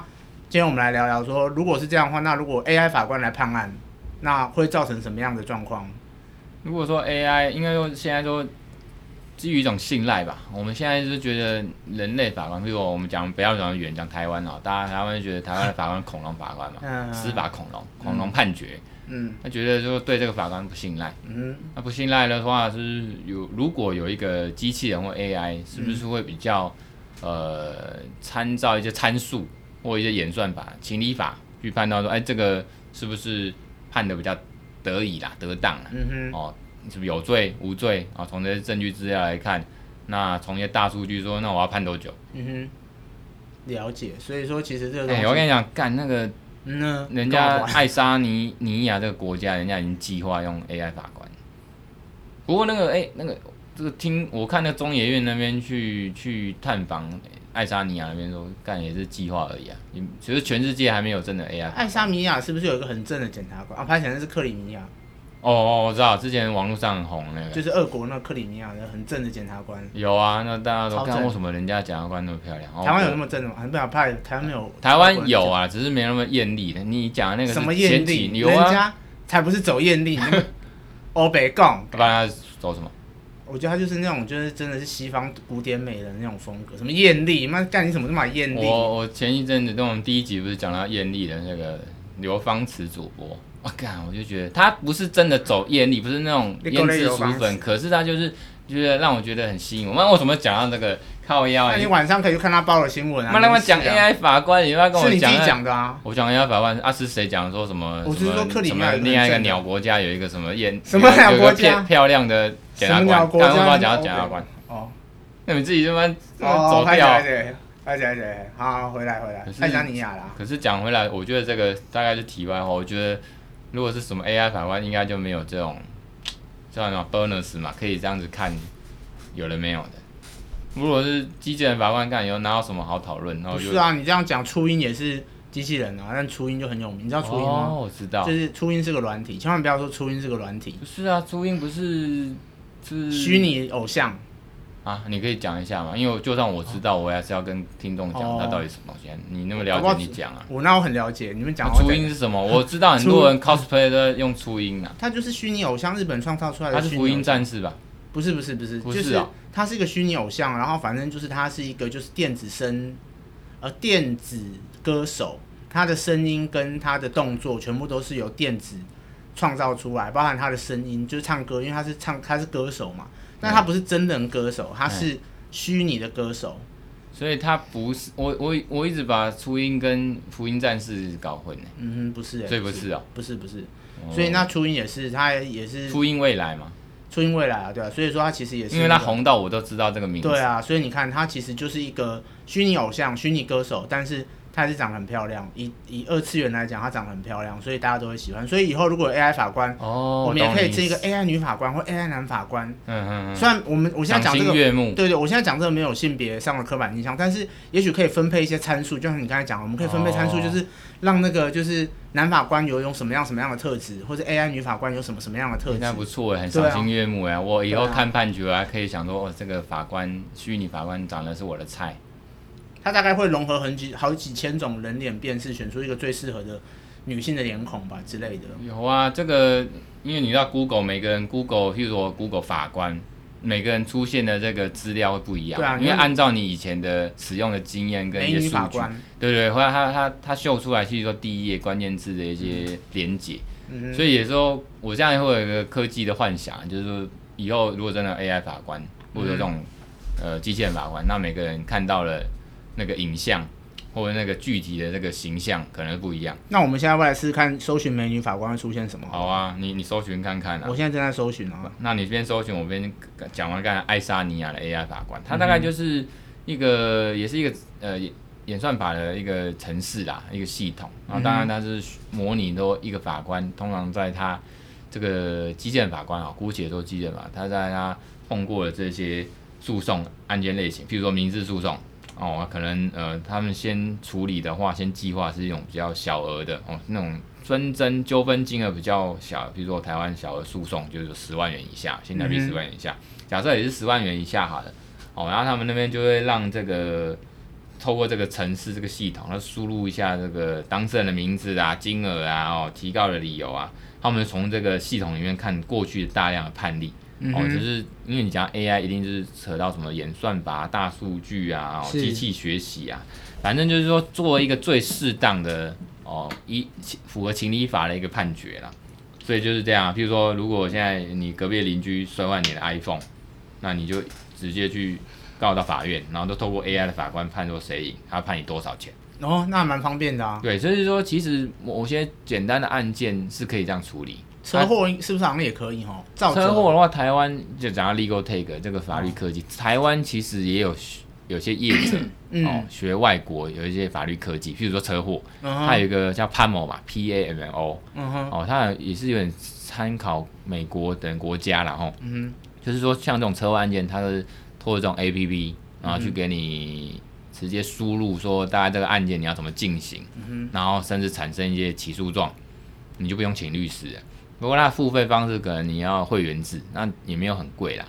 Speaker 2: 今天我们来聊聊说，如果是这样的话，那如果 AI 法官来判案，那会造成什么样的状况？
Speaker 1: 如果说 AI 应该说现在说基于一种信赖吧，我们现在就是觉得人类法官，比如我们讲不要讲远，讲台湾哦，大家台湾就觉得台湾的法官恐龙法官嘛，
Speaker 2: 嗯，
Speaker 1: 啊司？法恐龙，恐龙判决，
Speaker 2: 嗯
Speaker 1: 他觉得说对这个法官不信赖，
Speaker 2: 嗯，
Speaker 1: 那不信赖的话是有如果有一个机器人或 AI，是不是会比较、
Speaker 2: 嗯
Speaker 1: 呃参照一些参数或一些演算法、情理法去判断说，哎，这个是不是判的比较得以啦、得当啦？
Speaker 2: 嗯哼，
Speaker 1: 哦，是不是有罪、无罪啊？从这些证据资料来看，那从一些大数据说，那我要判多久？
Speaker 2: 嗯哼，了解。所以说，其实这个东
Speaker 1: 哎、
Speaker 2: 西，
Speaker 1: 我跟你讲，干那个
Speaker 2: 嗯呢
Speaker 1: 人
Speaker 2: 干嘛
Speaker 1: 家
Speaker 2: 管
Speaker 1: 爱沙尼尼亚这个国家，人家已经计划用 AI 法官。不过那个哎、那个这个听我看那中研院那边去去探访哎爱沙尼亚那边说，干也是计划而已啊。你其实全世界还没有真的 AI 法官
Speaker 2: 爱沙米亚是不是有一个很正的检察官啊？拍起来是克里米亚，
Speaker 1: 哦哦，我知道，之前网络上很红那
Speaker 2: 就
Speaker 1: 个，
Speaker 2: 是俄国那克里米亚的很正的检察官。
Speaker 1: 有啊，那大家都
Speaker 2: 超
Speaker 1: 看
Speaker 2: 正
Speaker 1: 为什么人家检察官那么漂亮？哦
Speaker 2: 台湾有那么正的吗？很不想怕台湾没有。
Speaker 1: 台湾有，啊，只是没那么艳丽的。你讲的那个是
Speaker 2: 什么艳
Speaker 1: 前几
Speaker 2: 丽？
Speaker 1: 有
Speaker 2: 人
Speaker 1: 啊，
Speaker 2: 家才不是走 艳丽，那个欧北共。
Speaker 1: 不然他走什么？
Speaker 2: 我觉得他就是那种，就是真的是西方古典美人那种风格，什么艳丽，妈干你什么这么艳丽？
Speaker 1: 我我前一阵子那种第一集不是讲到艳丽的那个刘芳慈主播， 我、干，我就觉得她不是真的走艳丽，不是那种
Speaker 2: 你
Speaker 1: 胭
Speaker 2: 讲的
Speaker 1: 脂
Speaker 2: 刘
Speaker 1: 淑
Speaker 2: 芳
Speaker 1: 粉，
Speaker 2: 慈
Speaker 1: 可是她就是觉得让我觉得很吸引我。那为什么讲到这个靠腰、
Speaker 2: 那
Speaker 1: 欸？
Speaker 2: 你晚上可以去看他报的新闻啊。
Speaker 1: 妈他妈
Speaker 2: 没事啊
Speaker 1: 讲 AI 法官，你他妈跟我
Speaker 2: 是你自己
Speaker 1: 那
Speaker 2: 讲的啊？
Speaker 1: 我讲 AI 法官啊，是谁讲说什么？
Speaker 2: 我是说
Speaker 1: 什么
Speaker 2: 克里
Speaker 1: 什
Speaker 2: 米亚
Speaker 1: 么
Speaker 2: 有个
Speaker 1: 另外一个
Speaker 2: 很正的
Speaker 1: 鸟国家有一个什么艳
Speaker 2: 什么
Speaker 1: 有一个
Speaker 2: 鸟国家
Speaker 1: 漂漂亮的检察
Speaker 2: 什么鸟
Speaker 1: 官，
Speaker 2: 国
Speaker 1: 刚
Speaker 2: 家
Speaker 1: 刚要讲到
Speaker 2: 那个
Speaker 1: 检察官，
Speaker 2: 哦
Speaker 1: 那你自己他妈他妈
Speaker 2: 哦，
Speaker 1: 走
Speaker 2: 拍起
Speaker 1: 掉
Speaker 2: 来。对，拍起来对，好好回来回来
Speaker 1: 可，是
Speaker 2: 爱沙尼亚啦。
Speaker 1: 可是讲回来，我觉得这个大概是题外话。我觉得如果是什么 AI 法官，应该就没有这种叫什么 bonus 嘛，可以这样子看有人没有的。如果是机器人法官干，有哪有什么好讨论？然后
Speaker 2: 不
Speaker 1: 就是
Speaker 2: 啊，你这样讲初音也是机器人啊，但初音就很有名，你知道初音吗？
Speaker 1: 哦，我知道
Speaker 2: 就，是初音是个软体，千万不要说初音是个软体，
Speaker 1: 不是啊，朱茵不是是
Speaker 2: 虚拟偶像。
Speaker 1: 啊？你可以讲一下嘛，因为我就算我知道，我也是要跟听众讲
Speaker 2: 哦
Speaker 1: 它到底是什么东西啊。你那么
Speaker 2: 搞不
Speaker 1: 了
Speaker 2: 好
Speaker 1: 解，你讲啊。
Speaker 2: 我那我很了解，你们讲
Speaker 1: 那
Speaker 2: 我
Speaker 1: 哦初
Speaker 2: 在
Speaker 1: 音是什么？我知道很多人 cosplay 都在用初音啊，
Speaker 2: 它就是虚拟偶像，日本创造出来
Speaker 1: 它
Speaker 2: 的
Speaker 1: 是
Speaker 2: 虚
Speaker 1: 福
Speaker 2: 拟
Speaker 1: 音
Speaker 2: 偶像。
Speaker 1: 战士吧？
Speaker 2: 不是不是不是，
Speaker 1: 不
Speaker 2: 就是是
Speaker 1: 啊
Speaker 2: 它是一个虚拟偶像，然后反正就是它是一个就是电子声，呃电子歌手，他的声音跟他的动作全部都是由电子创造出来，包含他的声音就是唱歌，因为他是唱他是歌手嘛，但他不是真人歌手，他是虚拟的歌手。
Speaker 1: 所以它不是我我我一直把初音跟福音战士搞混呢、
Speaker 2: 嗯哼，不是、欸，
Speaker 1: 所以不是哦
Speaker 2: 不是不是，
Speaker 1: 哦
Speaker 2: 所以那初音也是，他也是
Speaker 1: 初音未来嘛，
Speaker 2: 初音未来啊，对啊，所以说他其实也是
Speaker 1: 因为它
Speaker 2: 那个
Speaker 1: 红到我都知道这个名字。
Speaker 2: 对啊，所以你看，她其实就是一个虚拟偶像、虚拟歌手，但是她还是长得很漂亮。以以二次元来讲，她长得很漂亮，所以大家都会喜欢。所以以后如果有 AI 法官，
Speaker 1: 哦，
Speaker 2: 我们也可以
Speaker 1: 懂
Speaker 2: 这
Speaker 1: 你意
Speaker 2: 个
Speaker 1: 思
Speaker 2: AI 女法官或 AI 男法官。
Speaker 1: 嗯嗯嗯，
Speaker 2: 虽然我们我现在讲
Speaker 1: 赏
Speaker 2: 这
Speaker 1: 心
Speaker 2: 个，
Speaker 1: 悦目
Speaker 2: 对，对，我现在讲这个没有性别上的刻板印象，但是也许可以分配一些参数，就像你刚才讲，我们可以分配参数，
Speaker 1: 哦
Speaker 2: 就是让那个就是男法官有一种什么样什么样的特质，或者 AI 女法官有什么什么样的特
Speaker 1: 应
Speaker 2: 质
Speaker 1: 该。不错哎，很
Speaker 2: 对啊
Speaker 1: 赏心悦目哎。我以后
Speaker 2: 对啊
Speaker 1: 看判决啊，可以想说，哦，这个法官虚拟法官长得是我的菜。
Speaker 2: 它大概会融合很几好几千种人脸辨识，选出一个最适合的女性的脸孔吧之类的。
Speaker 1: 有啊，这个因为你知道 Google 每个人 Google，譬如说 Google 法官，每个人出现的这个资料会不一样，
Speaker 2: 对啊
Speaker 1: 因为
Speaker 2: 因为
Speaker 1: 按照你以前的使用的经验跟
Speaker 2: 美
Speaker 1: 一
Speaker 2: 女
Speaker 1: 些数
Speaker 2: 法
Speaker 1: 据，
Speaker 2: 官，
Speaker 1: 对对，后来他他他秀出来，其实说第一页关键字的一些连结，
Speaker 2: 嗯
Speaker 1: 所以也说我这样会有一个科技的幻想，就是说以后如果真的 AI 法官或者这
Speaker 2: 嗯
Speaker 1: 种、呃机器人法官，那每个人看到了那个影像或者那个具体的那个形象可能不一样。
Speaker 2: 那我们现在要不要来试试看，搜寻美女法官会出现什么？
Speaker 1: 好啊，你你搜寻看看啊
Speaker 2: 我。现在正在搜寻啊。
Speaker 1: 那你边搜寻，我边讲完刚才爱沙尼亚的 AI 法官，它大概就是一个，也是一个呃演演算法的一个城市啦，一个系统。然
Speaker 2: 嗯
Speaker 1: 后当然它是模拟说一个法官，通常在他这个基建法官啊，姑且说基建法，他在他碰过的这些诉讼案件类型，譬如说民事诉讼。哦，可能呃，他们先处理的话，先计划是一种比较小额的哦，那种纷争纠纷金额比较小，比如说台湾小额诉讼就是十万元以下，新台币
Speaker 2: 嗯哼
Speaker 1: 十万元以下，假设也是十万元以下好了，哦，然后他们那边就会让这个透过这个城市这个系统，他输入一下这个当事人的名字啊、金额啊、哦提告的理由啊，他们从这个系统里面看过去大量的判例。
Speaker 2: 嗯
Speaker 1: 哦，
Speaker 2: 哼
Speaker 1: 就是因为你讲 AI 一定就是扯到什么演算法、大数据啊、哦、
Speaker 2: 是
Speaker 1: 机器学习啊，反正就是说做一个最适当的哦，一符合情理法的一个判决啦。所以就是这样，譬如说，如果现在你隔壁邻居摔坏你的 iPhone，那你就直接去告到法院，然后都透过 AI 的法官判说谁赢，他判你多少钱。
Speaker 2: 哦，那还蛮方便的啊。
Speaker 1: 对，所以说其实某些简单的案件是可以这样处理。
Speaker 2: 车祸是不是好像也可以哦？造
Speaker 1: 车祸的话，台湾就讲到 legal take 这个法律科技，台湾其实也有学有些业者、哦
Speaker 2: 嗯，
Speaker 1: 学外国有一些法律科技，譬如说车祸，
Speaker 2: 嗯
Speaker 1: 它
Speaker 2: 哼，
Speaker 1: 有一个叫 PAMO 嘛，P A M M O，
Speaker 2: 嗯哼，
Speaker 1: 哦，它也是有点参考美国等国家然后
Speaker 2: 嗯
Speaker 1: 就是说像这种车祸案件，它是透过这种 A P P，然后
Speaker 2: 嗯
Speaker 1: 去给你直接输入说大概这个案件你
Speaker 2: 嗯
Speaker 1: 要怎么进行，然后甚至产生一些起诉状，你就不用请律师了。不过它的付费方式可能你要会员制，那也没有很贵啦。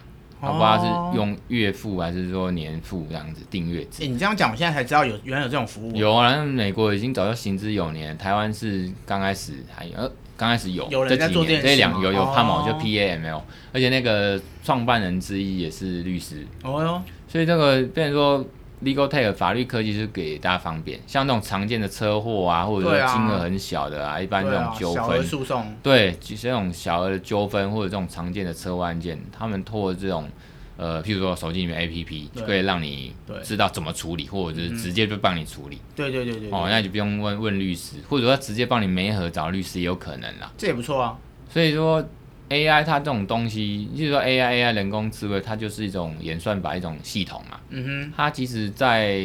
Speaker 1: 我
Speaker 2: 哦
Speaker 1: 不知道是用月付还是说年付这样子订阅制。
Speaker 2: 哎、你这样讲，我现在才知道有原来有这种服务。
Speaker 1: 有啊，那美国已经早就行之有年，台湾是刚开始还有，呃，刚开始有
Speaker 2: 有人
Speaker 1: 这
Speaker 2: 在
Speaker 1: 几
Speaker 2: 做
Speaker 1: 年
Speaker 2: 这件事
Speaker 1: 这两
Speaker 2: 吗
Speaker 1: 有有
Speaker 2: 哦
Speaker 1: 帕某就 PAML，、而且那个创办人之一也是律师，
Speaker 2: 哦哟，
Speaker 1: 所以这个变成说 legal tech 法律科技是给大家方便，像那种常见的车祸啊，或者说
Speaker 2: 对啊
Speaker 1: 金额很小的啊，一般这
Speaker 2: 对
Speaker 1: 种
Speaker 2: 啊，
Speaker 1: 纠
Speaker 2: 小
Speaker 1: 纷
Speaker 2: 额，诉讼，
Speaker 1: 对，其实这种小额的纠纷或者这种常见的车祸案件，他们透过这种呃，譬如说手机里面 APP
Speaker 2: 对嗯
Speaker 1: 就可以让你
Speaker 2: 对
Speaker 1: 知道怎么处理，或者就是直接就帮你处理。
Speaker 2: 对对对对对
Speaker 1: 哦，那你就不用问问律师，或者说直接帮你媒合找律师也有可能啦。
Speaker 2: 这也不错啊。
Speaker 1: 所以说 AI 它这种东西，就是说 AI AI 人工智慧，它就是一种演算法一种系统啊嘛。
Speaker 2: 嗯
Speaker 1: 它其实在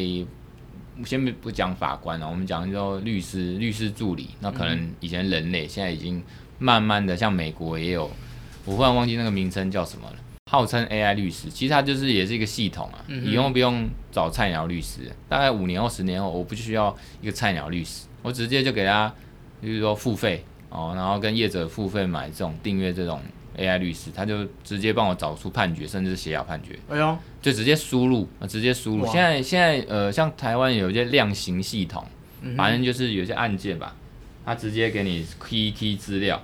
Speaker 1: 先不不讲法官了、哦我们讲就律师、律师助理，那可能以前人类现在已经慢慢的，像美国也有，我忽然忘记那个名称叫什么了，号称 AI 律师，其实它就是也是一个系统啊，
Speaker 2: 嗯哼
Speaker 1: 以后不用找菜鸟律师，大概五年后、十年后，我不需要一个菜鸟律师，我直接就给他，比如说付费哦，然后跟业者付费买这种订阅这种 AI 律师，他就直接帮我找出判决，甚至写好判决。
Speaker 2: 哼，哎呦，
Speaker 1: 就直接输入，呃直接输入。
Speaker 2: 哇
Speaker 1: 现在现在呃，像台湾有一些量刑系统，
Speaker 2: 嗯
Speaker 1: 反正就是有些案件吧，它直接给你 key key 资料。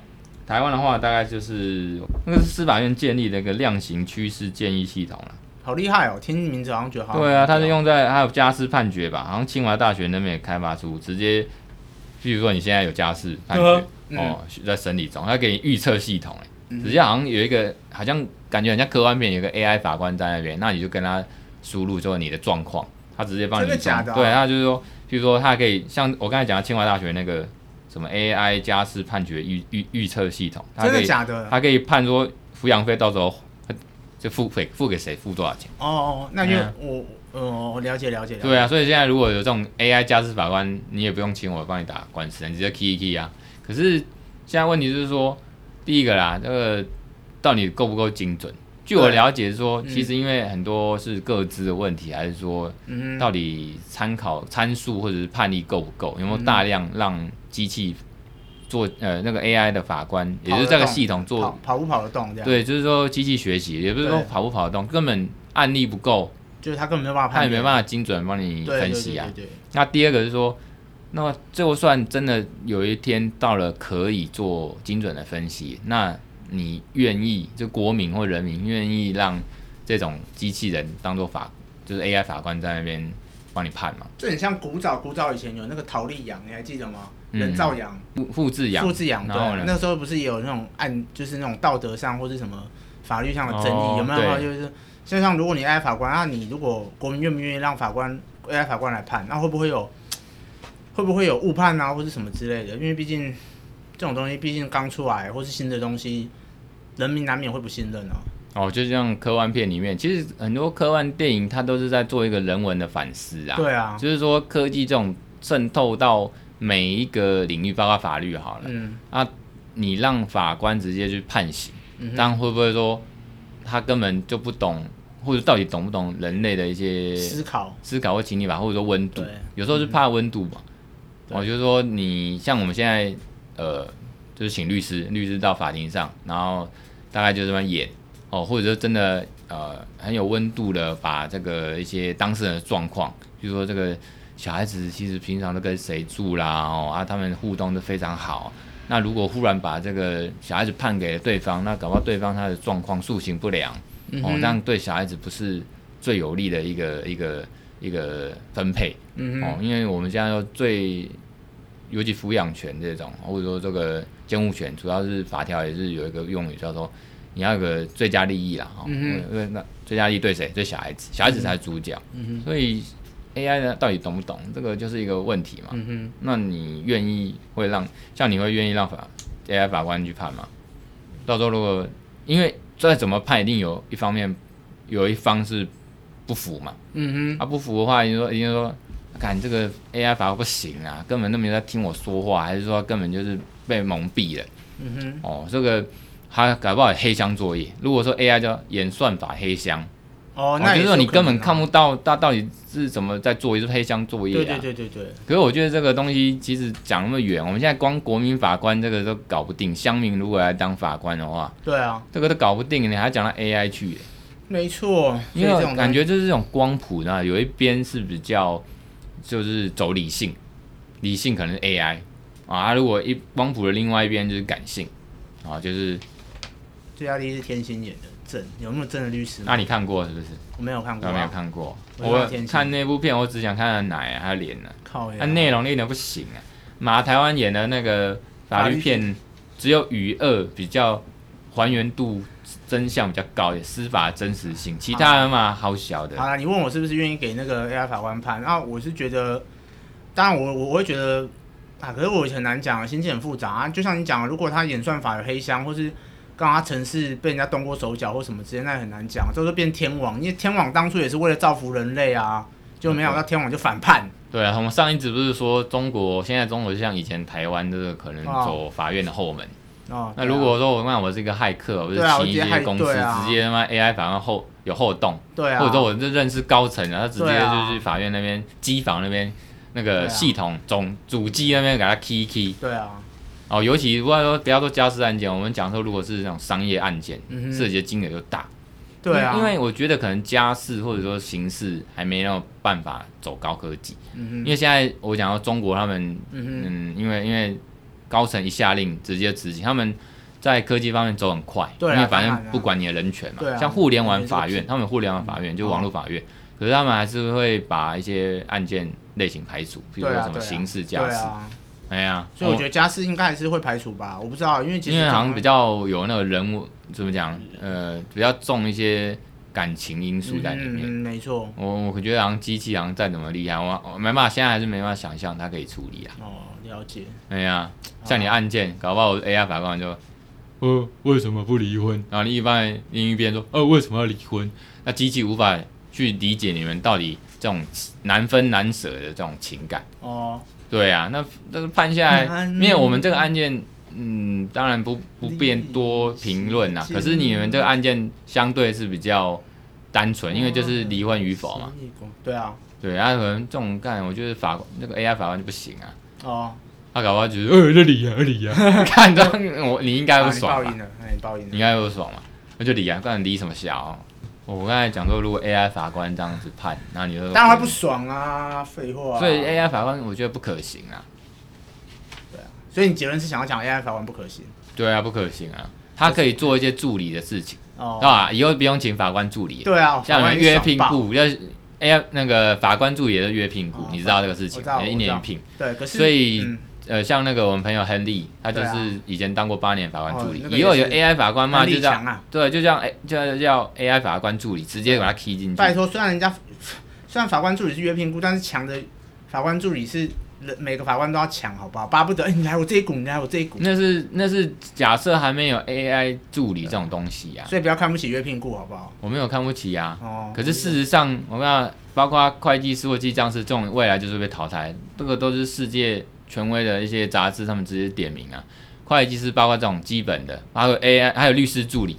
Speaker 1: 台湾的话，大概就是那个是司法院建立的一个量刑趋势建议系统了。
Speaker 2: 好厉害哦！听名字好像觉得好像
Speaker 1: 对啊，它是
Speaker 2: 很屌
Speaker 1: 用在还有家事判决吧，好像清华大学那边也开发出直接，譬如说你现在有家事判决、
Speaker 2: 嗯
Speaker 1: 哦，在审理中，它给你预测系统、欸，直接好像有一个好像感觉很像科幻片，有一个 AI 法官在那边，那你就跟他输入就是你的状况，他直接帮你
Speaker 2: 真的假的啊
Speaker 1: 对，他就是说，譬如说他可以像我刚才讲的清华大学那个什么 AI 家事判决预预预测系统，它
Speaker 2: 真
Speaker 1: 可
Speaker 2: 的
Speaker 1: 以
Speaker 2: 假的？
Speaker 1: 它可以判说抚养费到时候呃就付给付给谁付多少钱。
Speaker 2: 哦哦，那就
Speaker 1: 嗯
Speaker 2: 我呃，我了解了解了解。
Speaker 1: 对啊，所以现在如果有这种 AI 家事法官，你也不用请我帮你打官司，你直接 key 一 key 啊。可是现在问题就是说，第一个啦，这个到底够不够精准？据我
Speaker 2: 对
Speaker 1: 了解说，
Speaker 2: 嗯
Speaker 1: 其实因为很多是各自的问题，还是说
Speaker 2: 嗯哼，
Speaker 1: 到底参考参数或者是判例够不
Speaker 2: 嗯
Speaker 1: 够，有没有大量让机器做呃那个 AI 的法官，也就是这个系统
Speaker 2: 跑
Speaker 1: 做
Speaker 2: 跑不跑得动这样？，
Speaker 1: 对，就是说机器学习，也不是说
Speaker 2: 对
Speaker 1: 跑不跑得动，根本案例不够，
Speaker 2: 就是他根本没有办法
Speaker 1: 他也
Speaker 2: 判
Speaker 1: 没
Speaker 2: 别，
Speaker 1: 办法精准帮你
Speaker 2: 对
Speaker 1: 分析啊。
Speaker 2: 对对对对
Speaker 1: 那第二个是说，那就算真的有一天到了可以做精准的分析，那你愿意就国民或人民愿意让这种机器人当做法，就是 AI 法官在那边帮你判嘛？
Speaker 2: 这很像古早古早以前有那个陶丽羊，你还记得吗？
Speaker 1: 嗯
Speaker 2: 人造羊、
Speaker 1: 复复制养
Speaker 2: 复，制羊，对啊
Speaker 1: 然后呢，
Speaker 2: 那时候不是也有那种案，就是那种道德上或是什么法律上的争
Speaker 1: 哦
Speaker 2: 议，有没有的话
Speaker 1: 对
Speaker 2: 就是，就像如果你 AI 法官，那你如果国民愿不愿意让法官 AI 法官来判，那会不会有会不会有误判啊，或是什么之类的？因为毕竟这种东西毕竟刚出来，或是新的东西，人民难免会不信任啊。
Speaker 1: 哦，就像科幻片里面，其实很多科幻电影它都是在做一个人文的反思啊，
Speaker 2: 对啊，
Speaker 1: 就是说科技这种渗透到每一个领域，包括法律好了。
Speaker 2: 嗯，
Speaker 1: 啊，你让法官直接去判刑
Speaker 2: 嗯，
Speaker 1: 但会不会说他根本就不懂，或者到底懂不懂人类的一些
Speaker 2: 思考，
Speaker 1: 思考或情理法，或者说温度
Speaker 2: 对？
Speaker 1: 有时候是怕温度嘛。
Speaker 2: 对
Speaker 1: 我就说你像我们现在呃，就是请律师，律师到法庭上，然后大概就这么演哦，或者说真的呃很有温度的把这个一些当事人的状况，比如说这个小孩子其实平常都跟谁住啦哦啊，他们互动都非常好。那如果忽然把这个小孩子判给对方，那搞不好对方他的状况塑形不良，
Speaker 2: 嗯
Speaker 1: 哦
Speaker 2: 哼，
Speaker 1: 这样对小孩子不是最有利的一个一个一个分配。
Speaker 2: 嗯哼，
Speaker 1: 哦，因为我们现在要最，尤其抚养权这种，或者说这个监护权，主要是法条也是有一个用语叫做你要有个最佳利益啦，哦，
Speaker 2: 嗯
Speaker 1: 因为那最佳利益对谁？对小孩子，小孩子才是主角，
Speaker 2: 嗯
Speaker 1: 所以 AI 呢到底懂不懂，这个就是一个问题嘛。
Speaker 2: 嗯哼，
Speaker 1: 那你愿意会让，像你会愿意让法 AI 法官去判吗？到时候如果因为再怎么判，一定有一方面有一方是不服嘛。
Speaker 2: 嗯
Speaker 1: 啊，不服的话，你说，你就说，看这个 AI 法不行啊，根本都没有在听我说话，还是说根本就是被蒙蔽了？
Speaker 2: 哼，嗯哼，
Speaker 1: 哦，这个他搞不好有黑箱作业。如果说 AI 叫演算法黑箱，
Speaker 2: 哦，那
Speaker 1: 就是
Speaker 2: 也
Speaker 1: 是说你根本看
Speaker 2: 不
Speaker 1: 不到他到底是怎么在做，也是黑箱作业啊。
Speaker 2: 对对对对对，
Speaker 1: 可是我觉得这个东西其实讲那么远，我们现在光国民法官这个都搞不定，乡民如果来当法官的话，
Speaker 2: 对啊，
Speaker 1: 这个都搞不定，你还讲到 AI 去耶、
Speaker 2: 没错，所以
Speaker 1: 因
Speaker 2: 这
Speaker 1: 为
Speaker 2: 种
Speaker 1: 感
Speaker 2: 东西
Speaker 1: 觉就是这种光谱呢，有一边是比较就是走理性，理性可能是 AI 啊，如果一光谱的另外一边就是感性啊，就是
Speaker 2: 最佳第一是天心演的正，有那么正的律师
Speaker 1: 那
Speaker 2: 吗？
Speaker 1: 你看过是不是？
Speaker 2: 我没有看过
Speaker 1: 啊我没有
Speaker 2: 啊，
Speaker 1: 看过，
Speaker 2: 我知道
Speaker 1: 我
Speaker 2: 天心
Speaker 1: 看那部片，我只想看他的奶啊，他的脸呢、
Speaker 2: 靠
Speaker 1: 啊，
Speaker 2: 哎呀
Speaker 1: 那、内容一点不行啊。马台湾演的那个法律片，只有《雨二》比较还原度真相比较高，也司法真实性，其他的嘛好小的。
Speaker 2: 好啦，你问我是不是愿意给那个 AI 法官判？啊，我是觉得，当然我我我会觉得啊，可是我很难讲，心情很复杂啊。就像你讲的，如果他演算法有黑箱，或是刚好他城市被人家动过手脚或什么之类，那也很难讲。这就变天网，因为天网当初也是为了造福人类啊，就没想
Speaker 1: 嗯
Speaker 2: 到天网就反叛。
Speaker 1: 对啊，我们上一集不是说中国现在中国就像以前台湾这个可能
Speaker 2: 啊
Speaker 1: 走法院的后门。
Speaker 2: 哦，
Speaker 1: 那如果说我那我是一个骇客，我是
Speaker 2: 对啊
Speaker 1: 请一
Speaker 2: 我直接
Speaker 1: 些
Speaker 2: 骇
Speaker 1: 公司、
Speaker 2: 对啊
Speaker 1: 直接他妈 AI 法官后有后动，
Speaker 2: 对啊，
Speaker 1: 或者说我就认识高层，然后直接
Speaker 2: 对啊
Speaker 1: 就去法院那边、机房那边那
Speaker 2: 对
Speaker 1: 个
Speaker 2: 啊
Speaker 1: 系统总主机那边给他 key key。
Speaker 2: 对啊，
Speaker 1: 哦，尤其不要说不要说家事案件，我们讲说如果是那种商业案件，
Speaker 2: 嗯哼
Speaker 1: 涉及的金额又大，
Speaker 2: 对啊，
Speaker 1: 因因为我觉得可能家事或者说刑事还没有办法走高科技，
Speaker 2: 嗯
Speaker 1: 因为现在我讲到中国他们，
Speaker 2: 哼嗯哼，
Speaker 1: 嗯，因为因为高层一下令直接执行，他们在科技方面走很快，
Speaker 2: 对啊
Speaker 1: 因为反
Speaker 2: 当然
Speaker 1: 正
Speaker 2: 啊
Speaker 1: 不管你的人权嘛，
Speaker 2: 对啊
Speaker 1: 像互联网法
Speaker 2: 没这个嗯
Speaker 1: 院，他们有互联网法院就网络法院，可是他们还是会把一些案件类型排除，比如
Speaker 2: 对
Speaker 1: 说
Speaker 2: 啊
Speaker 1: 什么
Speaker 2: 对啊
Speaker 1: 刑事、家
Speaker 2: 对
Speaker 1: 事，
Speaker 2: 啊，
Speaker 1: 哎呀，
Speaker 2: 所以我觉得家事应该还是会排除吧，我不知道，啊因为其实
Speaker 1: 因为好像
Speaker 2: 讲
Speaker 1: 比较有那个人物怎么讲，呃，比较重一些感情因素在里面。
Speaker 2: 嗯嗯嗯没错。
Speaker 1: 我我觉得好像机器好像再怎么厉害，我我没办法，现在还是没办法想象它可以处理啊。
Speaker 2: 哦，了解。
Speaker 1: 哎呀，像你案件，搞不好我 AI 法官就，呃，为什么不离婚？然后另一半另一边说，呃，为什么要离婚？那机器无法去理解你们到底这种难分难舍的这种情感。
Speaker 2: 哦，
Speaker 1: 对啊，那那个判下来，
Speaker 2: 难
Speaker 1: 因为我们这个案件，嗯，当然不不便多评论啦。
Speaker 2: 理解
Speaker 1: 可是你们这个案件相对是比较单
Speaker 2: 哦
Speaker 1: 纯，因为就是离婚与否嘛。。
Speaker 2: 对啊，
Speaker 1: 对，啊，可能这种干，我觉得法那个 AI 法官就不行啊，
Speaker 2: 哦，
Speaker 1: 他搞不好就是呃这里啊，这里 啊，看到我你应该
Speaker 2: 啊
Speaker 1: 会
Speaker 2: 你
Speaker 1: 爽
Speaker 2: 报
Speaker 1: 吧
Speaker 2: 应？了，哎，你报应
Speaker 1: 你
Speaker 2: 了。
Speaker 1: 应该会爽嘛？那就理啊，干理什么小、我刚才讲说，如果 AI 法官这样子判，然后你就说
Speaker 2: 当然不爽啊，废话啊。
Speaker 1: 所以哎 AI 法官我觉得不可行啊。
Speaker 2: 啊所以你结论是想要讲 AI 法官不可行。
Speaker 1: 对啊，不可行啊，他可以做一些助理的事情。
Speaker 2: 哦，
Speaker 1: 啊，以后不用请法官助理，
Speaker 2: 对啊，
Speaker 1: 像
Speaker 2: 法
Speaker 1: 我
Speaker 2: 官
Speaker 1: 们
Speaker 2: 一
Speaker 1: 约
Speaker 2: 爽
Speaker 1: 聘
Speaker 2: 爆。
Speaker 1: 部，要哎呀，那个法官助理也是约聘部
Speaker 2: 哦，
Speaker 1: 你知道这个事情
Speaker 2: 我知
Speaker 1: 一
Speaker 2: 道，我知道
Speaker 1: 年一聘。
Speaker 2: 对，可是
Speaker 1: 所以
Speaker 2: 嗯
Speaker 1: 呃，像那个我们朋友亨利，他就
Speaker 2: 对啊
Speaker 1: 是以前当过八年法官助理
Speaker 2: 哦那，个也
Speaker 1: 以后有
Speaker 2: 是
Speaker 1: AI 法官嘛，
Speaker 2: 亨利
Speaker 1: 就叫
Speaker 2: 强啊
Speaker 1: 对，就叫哎，就叫 AI 法官助理，直接把他 key 进去。
Speaker 2: 拜托，虽然人家虽然法官助理是约聘雇，但是强的法官助理是人每个法官都要抢，好不好？巴不得哎，你来我这一股，你来我这一股。
Speaker 1: 那是那是假设还没有 AI 助理这种东西啊，
Speaker 2: 所以不要看不起约聘雇，好不好？
Speaker 1: 我没有看不起啊。
Speaker 2: 哦，
Speaker 1: 可是事实上，我看包括会计师或记账师这种未来就是被淘汰，这个都是世界权威的一些杂志他们直接点名啊。会计师包括这种基本的，还有 AI，还有律师助理，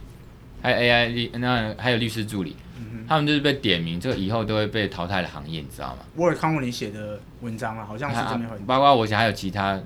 Speaker 1: 还有 AI 律那还有律师助理，
Speaker 2: 嗯
Speaker 1: 他们就是被点名，这个以后都会被淘汰的行业，你知道吗？
Speaker 2: 我有看过你写的文章了，好像是这么一回
Speaker 1: 啊包括我想还有其他，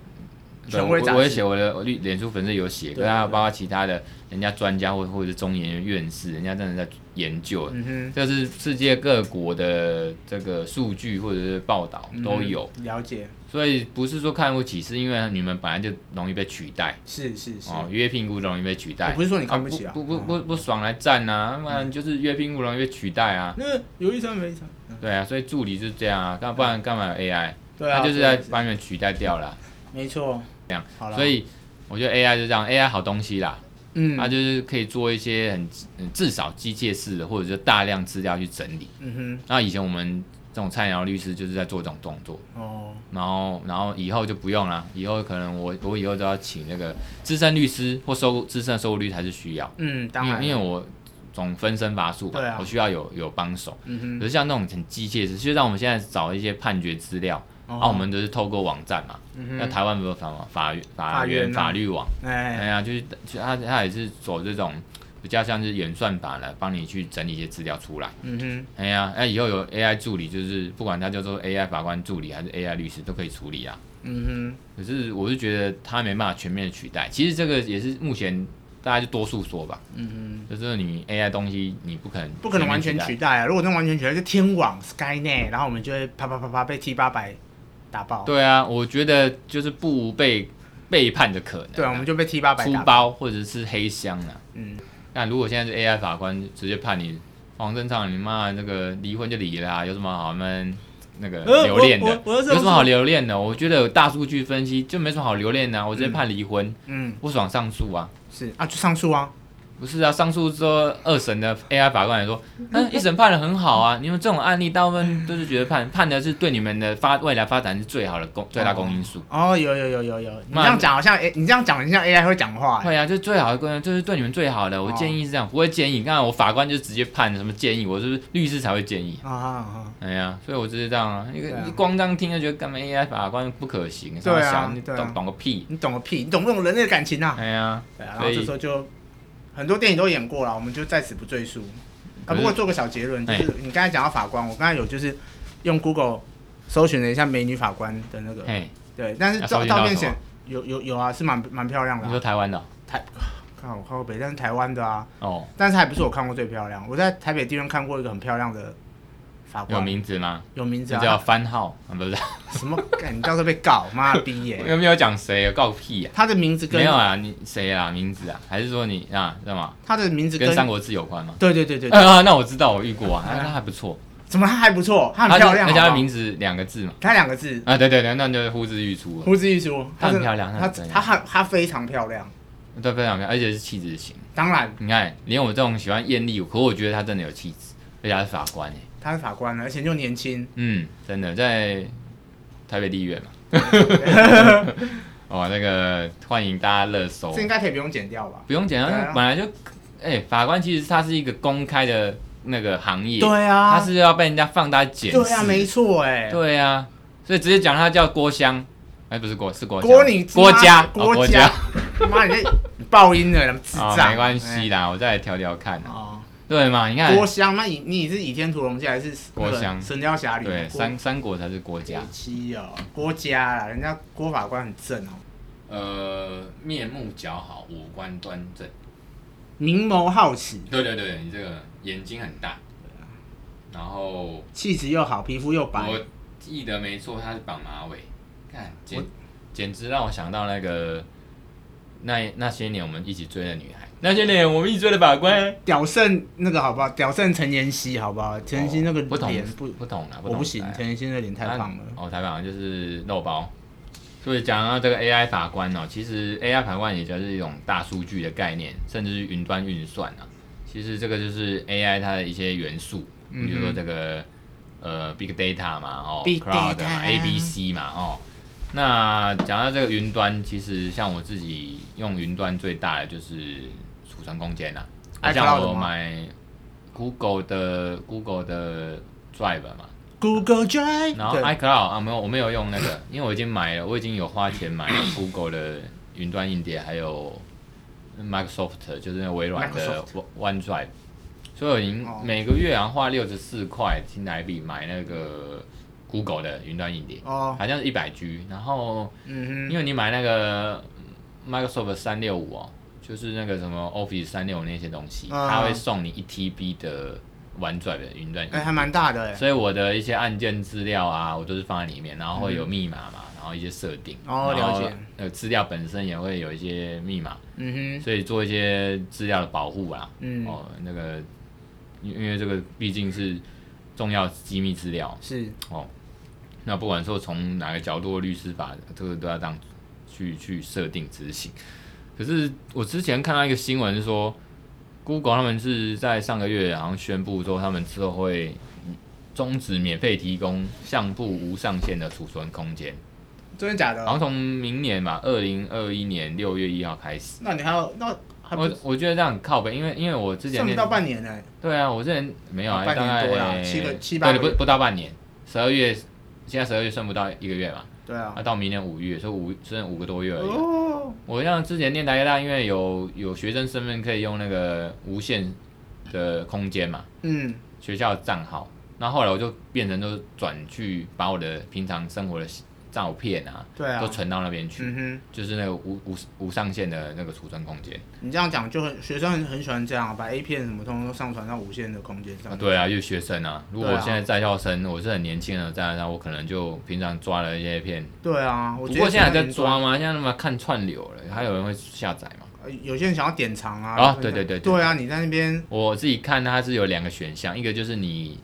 Speaker 1: 对
Speaker 2: 权
Speaker 1: 我
Speaker 2: 威杂
Speaker 1: 我也
Speaker 2: 志
Speaker 1: 写我的我绿脸书粉丝有写，
Speaker 2: 对
Speaker 1: 跟还有
Speaker 2: 对
Speaker 1: 包括其他的人家专家或或者是中研院院士，人家真的在研究，
Speaker 2: 嗯哼。
Speaker 1: 这是世界各国的这个数据或者是报道都有，
Speaker 2: 嗯、了解，
Speaker 1: 所以不是说看不起，是因为你们本来就容易被取代
Speaker 2: 是是是，
Speaker 1: 哦，约聘股容易被取代。
Speaker 2: 我不是说你看不起啊
Speaker 1: 不不不不爽来站啊，不然就是约聘股容易被取代啊。
Speaker 2: 那有一场没一场，嗯
Speaker 1: 对啊，所以助理就是这样啊，干不然干嘛有 AI？
Speaker 2: 对啊，
Speaker 1: 他就是在
Speaker 2: 对
Speaker 1: 把你们取代掉了
Speaker 2: 没错，
Speaker 1: 这样
Speaker 2: 好
Speaker 1: 啊。
Speaker 2: 了，
Speaker 1: 所以我觉得 AI 就这样，AI 好东西啦，
Speaker 2: 嗯
Speaker 1: 它就是可以做一些很嗯至少机械式的，或者是大量资料去整理。
Speaker 2: 嗯
Speaker 1: 那以前我们这种菜鸟律师就是在做这种动作，
Speaker 2: 哼，哦，
Speaker 1: 然后然后以后就不用了，以后可能我我以后都要请那个资深律师或收资深收入律师还是需要，
Speaker 2: 嗯，当
Speaker 1: 因
Speaker 2: 然，
Speaker 1: 为因为我总分身乏术嘛，
Speaker 2: 对啊
Speaker 1: 我需要有有帮手。
Speaker 2: 嗯
Speaker 1: 可是像那种很机械式，就像我们现在找一些判决资料，那、
Speaker 2: 哼，
Speaker 1: 我们都是透过网站嘛，
Speaker 2: 哦嗯
Speaker 1: 那、台湾没有法法法
Speaker 2: 法
Speaker 1: 法
Speaker 2: 院
Speaker 1: 院
Speaker 2: 啊
Speaker 1: 法律网，
Speaker 2: 哎，
Speaker 1: 哎呀，就是就他他也是走这种比较像是演算法来帮你去整理一些资料出来。
Speaker 2: 嗯哼，
Speaker 1: 哎呀，那以后有 AI 助理，就是不管它叫做 AI 法官助理还是 AI 律师，都可以处理啊。
Speaker 2: 嗯
Speaker 1: 可是我是觉得它没办法全面的取代。其实这个也是目前大家就多数说吧，嗯嗯，就是你 AI 东西你不可能
Speaker 2: 哼，不可能完全
Speaker 1: 面
Speaker 2: 取
Speaker 1: 取
Speaker 2: 代啊！如果真的完全取代，就天网 SkyNet，然后我们就会啪啪啪啪被 T 八百打
Speaker 1: 代。
Speaker 2: 爆。
Speaker 1: 对啊，我觉得就是不被背叛的可能啊、
Speaker 2: 对啊，我们就被 T 八百
Speaker 1: 出
Speaker 2: 打爆。
Speaker 1: 包或者是黑箱啊。
Speaker 2: 嗯，
Speaker 1: 那如果现在是 AI 法官直接判你黄正昌，你妈那个离婚就离了、啊，有什么好们那个
Speaker 2: 呃
Speaker 1: 留恋的？
Speaker 2: 我我我要这
Speaker 1: 有
Speaker 2: 样
Speaker 1: 什么好
Speaker 2: 说
Speaker 1: 留恋的？我觉得有大数据分析就没什么好留恋的、啊，我直接判离婚，
Speaker 2: 嗯，
Speaker 1: 不爽上诉啊。
Speaker 2: 是啊，就上诉啊。
Speaker 1: 不是啊，上诉之后二审的 AI 法官也 说，嗯，一审判的很好啊，你们这种案例大部分都是觉得判判的是对你们的发未来发展是最好的公最大公因数。
Speaker 2: 哦，有有有有有，你这
Speaker 1: 妈
Speaker 2: 样讲好像诶，你这样讲很像 AI 会讲话、欸。
Speaker 1: 会啊，就是最好的观，就是对你们最好的。我建议是这样，不会建议。刚才我法官就直接判什么建议，我是律师才会建议。
Speaker 2: 啊啊啊！
Speaker 1: 哎呀，所以我就是这样啊，一个
Speaker 2: 对啊
Speaker 1: 你光这样听就觉得干嘛 AI 法官不可行，
Speaker 2: 对啊
Speaker 1: 想你
Speaker 2: 对
Speaker 1: 懂
Speaker 2: 啊
Speaker 1: 懂个屁。
Speaker 2: 你懂个屁！你懂不懂人类的感情啊？
Speaker 1: 哎呀，
Speaker 2: 对啊，然
Speaker 1: 所
Speaker 2: 后这
Speaker 1: 以
Speaker 2: 时候就很多电影都演过了，我们就在此不赘述。
Speaker 1: 可
Speaker 2: 啊，
Speaker 1: 是
Speaker 2: 不过做个小结论，
Speaker 1: 哎
Speaker 2: 就是你刚才讲到法官，我刚才有就是用 Google 搜寻了一下美女法官的那个，
Speaker 1: 嘿，
Speaker 2: 对，但是
Speaker 1: 那
Speaker 2: 照
Speaker 1: 哎搜寻
Speaker 2: 照
Speaker 1: 到
Speaker 2: 片
Speaker 1: 什么
Speaker 2: 显有有有啊，是蛮蛮漂亮的
Speaker 1: 你
Speaker 2: 啊、
Speaker 1: 说台湾的
Speaker 2: 台，看我看过北，但是台湾的啊，
Speaker 1: 哦，
Speaker 2: 但是还不是我看过最漂亮。我在台北地院看过一个很漂亮的法
Speaker 1: 有
Speaker 2: 官，
Speaker 1: 名字吗？
Speaker 2: 有名字
Speaker 1: 这叫
Speaker 2: 啊，
Speaker 1: 番号，啊不是？
Speaker 2: 什么？干你到时候被告，妈逼 耶！
Speaker 1: 有没有讲谁？有告屁啊！
Speaker 2: 他的名字
Speaker 1: 没
Speaker 2: 跟
Speaker 1: 有啊，你谁啊？名字啊？还是说你啊？干嘛？
Speaker 2: 他的名字
Speaker 1: 跟
Speaker 2: 跟
Speaker 1: 《三国志》有关吗？
Speaker 2: 对对对对，
Speaker 1: 啊，啊那我知道，我遇过啊，那那还不错，
Speaker 2: 怎么他还不错，他
Speaker 1: 而
Speaker 2: 很
Speaker 1: 且
Speaker 2: 漂亮，
Speaker 1: 而且
Speaker 2: 好
Speaker 1: 他
Speaker 2: 不好
Speaker 1: 名字两个字嘛。
Speaker 2: 他两个字，
Speaker 1: 啊，对对对，那就呼之欲出了，
Speaker 2: 呼之欲出，
Speaker 1: 她很
Speaker 2: 真的
Speaker 1: 漂亮她
Speaker 2: 她
Speaker 1: 很漂亮
Speaker 2: 她很她非常漂亮。
Speaker 1: 对，非常漂亮，而且是气质型。
Speaker 2: 当然，
Speaker 1: 你看，连我这种喜欢艳丽，可我觉得她真的有气质，而且她是法官哎，
Speaker 2: 她是法官了，而且又 年轻，
Speaker 1: 嗯，真的在台北地院嘛。哦，那个欢迎大家热搜
Speaker 2: 这，应该可以不用剪掉吧？
Speaker 1: 不用讲，
Speaker 2: 对啊
Speaker 1: 本来就，哎、法官其实他是一个公开的那个行业，
Speaker 2: 对啊，
Speaker 1: 他是要被人家放大检视，
Speaker 2: 对啊，没错哎，
Speaker 1: 对啊，所以直接讲他叫郭襄，哎，不是郭，是郭襄
Speaker 2: 郭你
Speaker 1: 郭嘉，哦
Speaker 2: 郭
Speaker 1: 嘉
Speaker 2: 家，，妈你这你爆音了，智
Speaker 1: 啊、
Speaker 2: 障，
Speaker 1: 没关系啦，我再来调调看、
Speaker 2: 哎。
Speaker 1: 啊，
Speaker 2: 哦，
Speaker 1: 对嘛？你看，
Speaker 2: 郭襄，那你你是倚天屠龙记还是那
Speaker 1: 郭
Speaker 2: 个
Speaker 1: 襄
Speaker 2: 《神雕侠侣》？啊
Speaker 1: 对，
Speaker 2: 郭
Speaker 1: 三三国才是郭嘉
Speaker 2: 北。七哦，郭嘉啦，人家郭法官很正哦，
Speaker 1: 呃，面目姣好，五官端正。
Speaker 2: 明眸皓齿，
Speaker 1: 对对对，你这个眼睛很大。
Speaker 2: 啊
Speaker 1: 然后
Speaker 2: 气质又好，皮肤又白，
Speaker 1: 我记得没错，他是绑马尾，看
Speaker 2: 我
Speaker 1: 简简直让我想到那个那那些年我们一起追的女孩，那些年我们一起追的法官。
Speaker 2: 屌胜那个好不好？屌胜陈妍希好不好？陈妍希那个
Speaker 1: 哦不同
Speaker 2: 脸不，
Speaker 1: 不同啦，
Speaker 2: 我不
Speaker 1: 同
Speaker 2: 行
Speaker 1: 时代，啊
Speaker 2: 陈妍希那脸太胖了。
Speaker 1: 哦，太棒了，就是肉包。所以讲到这个 AI 法官哦，其实 AI 法官也就是一种大数据的概念，甚至是云端运算啊。其实这个就是 AI 它的一些元素，
Speaker 2: 嗯哼
Speaker 1: 比如说这个呃 Big Data 嘛，哦
Speaker 2: Big
Speaker 1: Cloud
Speaker 2: data
Speaker 1: 嘛，ABC 嘛，哦。那讲到这个云端，其实像我自己用云端最大的就是储存空间啦、啊，像
Speaker 2: iCloud
Speaker 1: 我
Speaker 2: 吗
Speaker 1: 买 Google 的 Google 的 Drive 嘛，
Speaker 2: Google Drive，
Speaker 1: 然后
Speaker 2: 对
Speaker 1: iCloud 啊，没有，我没有用那个，因为我已经买了，我已经有花钱买了 Google 的云端硬碟，还有 Microsoft 就是那个微软的 One- OneDrive，所以我已经
Speaker 2: 哦
Speaker 1: 每个月好像花六十四块新台币买那个 Google 的云端硬碟，
Speaker 2: 哦，
Speaker 1: 好像是一百 G，然后
Speaker 2: 嗯
Speaker 1: 因为你买那个 Microsoft 三六五哦，就是那个什么 Office 三六那些东西，
Speaker 2: 啊
Speaker 1: 它会送你一 TB 的 OneDrive 的云端硬
Speaker 2: 哼，
Speaker 1: 碟。
Speaker 2: 哎，还蛮大的哎。
Speaker 1: 所以我的一些案件资料啊，我都是放在里面，然后会有密码嘛，然后一些设定，
Speaker 2: 嗯哦
Speaker 1: 然后
Speaker 2: 了解
Speaker 1: 呃，资料本身也会有一些密码，
Speaker 2: 嗯
Speaker 1: 所以做一些资料的保护啊
Speaker 2: 哼，，嗯，
Speaker 1: 哦，那个，因因为这个毕竟是重要机密资料，
Speaker 2: 是
Speaker 1: 哦那不管说从哪个角度，律师法这个都要这样去去设定执行。可是我之前看到一个新闻是说，Google 他们是在上个月好像宣布说，他们之后会终止免费提供相簿无上限的储存空间，
Speaker 2: 真的假
Speaker 1: 好
Speaker 2: 的？
Speaker 1: 像从明年吧，二零二一年六月一号开始。
Speaker 2: 那你还要那还不
Speaker 1: 我我觉得这样很靠背，因为因为我之前
Speaker 2: 上不
Speaker 1: 念
Speaker 2: 到半年哎呢？
Speaker 1: 对啊，我之前没有啊，
Speaker 2: 啊半年
Speaker 1: 大概
Speaker 2: 多啦七个七八
Speaker 1: 对
Speaker 2: 个月
Speaker 1: 不不到半年，十二月，现在十二月算不到一个月嘛，
Speaker 2: 对啊，
Speaker 1: 啊，到明年五月，所以五剩五个多月而已啊。
Speaker 2: 哦，
Speaker 1: 我像之前念台大，因为有有学生身份可以用那个无限的空间嘛，
Speaker 2: 嗯，
Speaker 1: 学校的账号。那后来我就变成就转去把我的平常生活的照片啊，
Speaker 2: 对啊
Speaker 1: 都，存到那边去，
Speaker 2: 嗯
Speaker 1: 就是那个无无无上限的那个储存空间
Speaker 2: 哼，你这样讲就很学生很很喜欢这样，把 A 片什么通通都上传到无限的空间上
Speaker 1: 啊。。对啊，就是学生啊，如果
Speaker 2: 对
Speaker 1: 我
Speaker 2: 啊
Speaker 1: 现在在校生，我是很年轻的在校生，我可能就平常抓了一些片。
Speaker 2: 对啊，我
Speaker 1: 不
Speaker 2: 觉得
Speaker 1: 过现在还在
Speaker 2: 很
Speaker 1: 抓吗？现在他妈看串流了，还有人会下载吗？
Speaker 2: 呃，有些人想要典藏啊。
Speaker 1: 啊
Speaker 2: 有些人
Speaker 1: 对对对对
Speaker 2: 对啊，你在那边
Speaker 1: 我自己看它是有两个选项，一个就是你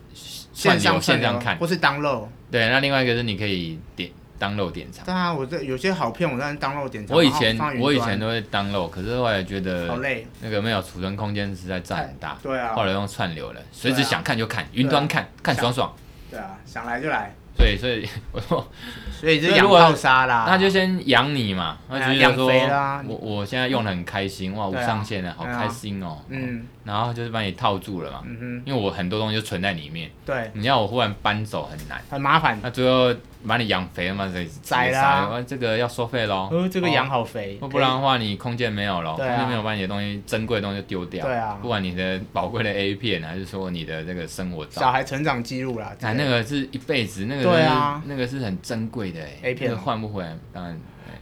Speaker 1: 串
Speaker 2: 线
Speaker 1: 流
Speaker 2: 上
Speaker 1: 线
Speaker 2: 流
Speaker 1: 上看，
Speaker 2: 或是 download。
Speaker 1: 对，那另外一个是你可以点 download 典藏。
Speaker 2: 当然，我这有些好片我当然 download 典藏。
Speaker 1: 我以
Speaker 2: 然后
Speaker 1: 前
Speaker 2: 放云端
Speaker 1: 我以前都会 download，可是后来觉得
Speaker 2: 好累。
Speaker 1: 那个没有储存空间实在占很大，
Speaker 2: 对啊
Speaker 1: 后，来用串流了，随时
Speaker 2: 对啊
Speaker 1: 想看就看，云端看看爽爽。
Speaker 2: 对啊，想来就来。
Speaker 1: 对，所以 我说
Speaker 2: 所以这
Speaker 1: 所以
Speaker 2: 养
Speaker 1: 如果
Speaker 2: 套杀啦。
Speaker 1: 那就先养你嘛，
Speaker 2: 啊哎
Speaker 1: 那就觉得说
Speaker 2: 养肥啦
Speaker 1: 我我现在用的很开心，哇，无
Speaker 2: 对啊
Speaker 1: 上限的好
Speaker 2: 对啊
Speaker 1: 开心哦。
Speaker 2: 嗯
Speaker 1: 然后就是把你套住了嘛，
Speaker 2: 嗯
Speaker 1: 因为我很多东西就存在里面
Speaker 2: 哼，，对，
Speaker 1: 你要我忽然搬走很难。
Speaker 2: 很麻烦。
Speaker 1: 那最后把你养肥了嘛，这
Speaker 2: 宰啦
Speaker 1: 哇这个要收费喽。
Speaker 2: 呃，这个
Speaker 1: 哦
Speaker 2: 羊好肥，
Speaker 1: 不然的话，你空间没有了，空
Speaker 2: 对啊
Speaker 1: 间没有，把你的东西珍贵的东西就丢掉。
Speaker 2: 对啊
Speaker 1: 不管你的宝贵的 A 片，啊还是说你的这个生活
Speaker 2: 小
Speaker 1: 照，
Speaker 2: 孩成长记录啦，
Speaker 1: 哎，那个是一辈子，那个
Speaker 2: 对啊
Speaker 1: 是那个是很珍贵的哎
Speaker 2: A 片
Speaker 1: 那个换不回来。当然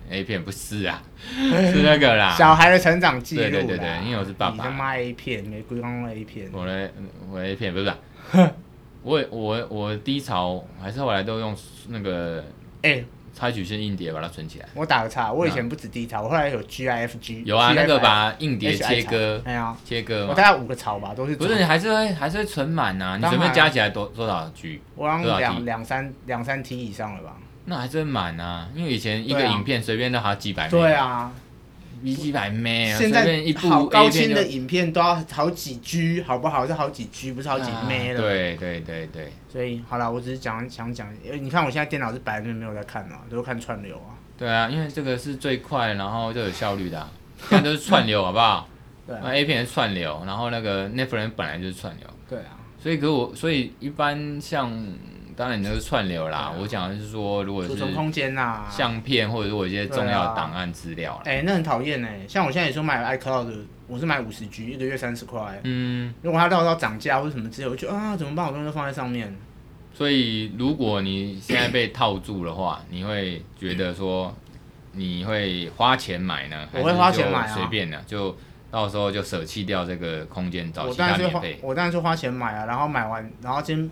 Speaker 1: 哎，A 片不是 啊，是那个啦。
Speaker 2: 小孩的成长记录啦。
Speaker 1: 啊对对对对因为我是爸爸
Speaker 2: 你他妈 A 片，玫瑰光 A 片，
Speaker 1: 我的我的 A 片不 是啊，我我我低潮还是后来都用那个
Speaker 2: 哎、
Speaker 1: 插曲线硬碟把它存起来。
Speaker 2: 我打个岔，我以前不止低潮，我后来有 GIFG，
Speaker 1: 有啊，
Speaker 2: GIF
Speaker 1: 那个把硬碟
Speaker 2: HI 潮
Speaker 1: 切割
Speaker 2: 哎呀，
Speaker 1: 切割
Speaker 2: 我
Speaker 1: 嘛
Speaker 2: 大，概五个潮吧，都是
Speaker 1: 不是你还是会还是会存满呐、你
Speaker 2: 当然啊
Speaker 1: 随便加起来多多少 G，
Speaker 2: 我好
Speaker 1: 多少
Speaker 2: 像
Speaker 1: T
Speaker 2: 两两三两三 T 以上了吧？
Speaker 1: 那还是会满啊，因为以前一个
Speaker 2: 对啊
Speaker 1: 影片随便都好几百枚，
Speaker 2: 对，啊，
Speaker 1: 一几百枚啊，
Speaker 2: 现
Speaker 1: 随
Speaker 2: 在
Speaker 1: 便一部
Speaker 2: 好高
Speaker 1: A
Speaker 2: 清
Speaker 1: 片就
Speaker 2: 的影片都要好几 G，好不好？是好几 G，不是好几 M
Speaker 1: 啊
Speaker 2: 了。，
Speaker 1: 对对对对，
Speaker 2: 所以好了，我只是讲想讲，因为你看我现在电脑是白面没有在看啊，都是看串流啊。
Speaker 1: 对啊，因为这个是最快然后最有效率的、啊，现在都是串流好不好？
Speaker 2: 对
Speaker 1: 那 A 片是串流，然后那个 Netflix 本来就是串流，
Speaker 2: 对啊，
Speaker 1: 所以给我所以一般像当然你那是串流啦，我讲的是说如果
Speaker 2: 储
Speaker 1: 是
Speaker 2: 存空间呐、啊。
Speaker 1: 相片或者是我一些重要的档案资料啦，
Speaker 2: 哎、那很讨厌哎，像我现在也说买 iCloud，我是买五十 G，一个月三十块。
Speaker 1: 嗯。
Speaker 2: 如果它到时候涨价或者什么之类，我就觉得啊，怎么办？我东西都放在上面。
Speaker 1: 所以，如果你现在被套住的话，你会觉得说，你会花钱买呢？
Speaker 2: 我会花
Speaker 1: 还是
Speaker 2: 钱
Speaker 1: 就
Speaker 2: 买啊
Speaker 1: 随便的，就到时候就舍弃掉这个空间，找
Speaker 2: 我
Speaker 1: 其
Speaker 2: 当
Speaker 1: 他
Speaker 2: 然是
Speaker 1: 免
Speaker 2: 花
Speaker 1: 费，。
Speaker 2: 我当然是花钱买啊，然后买完，然后先，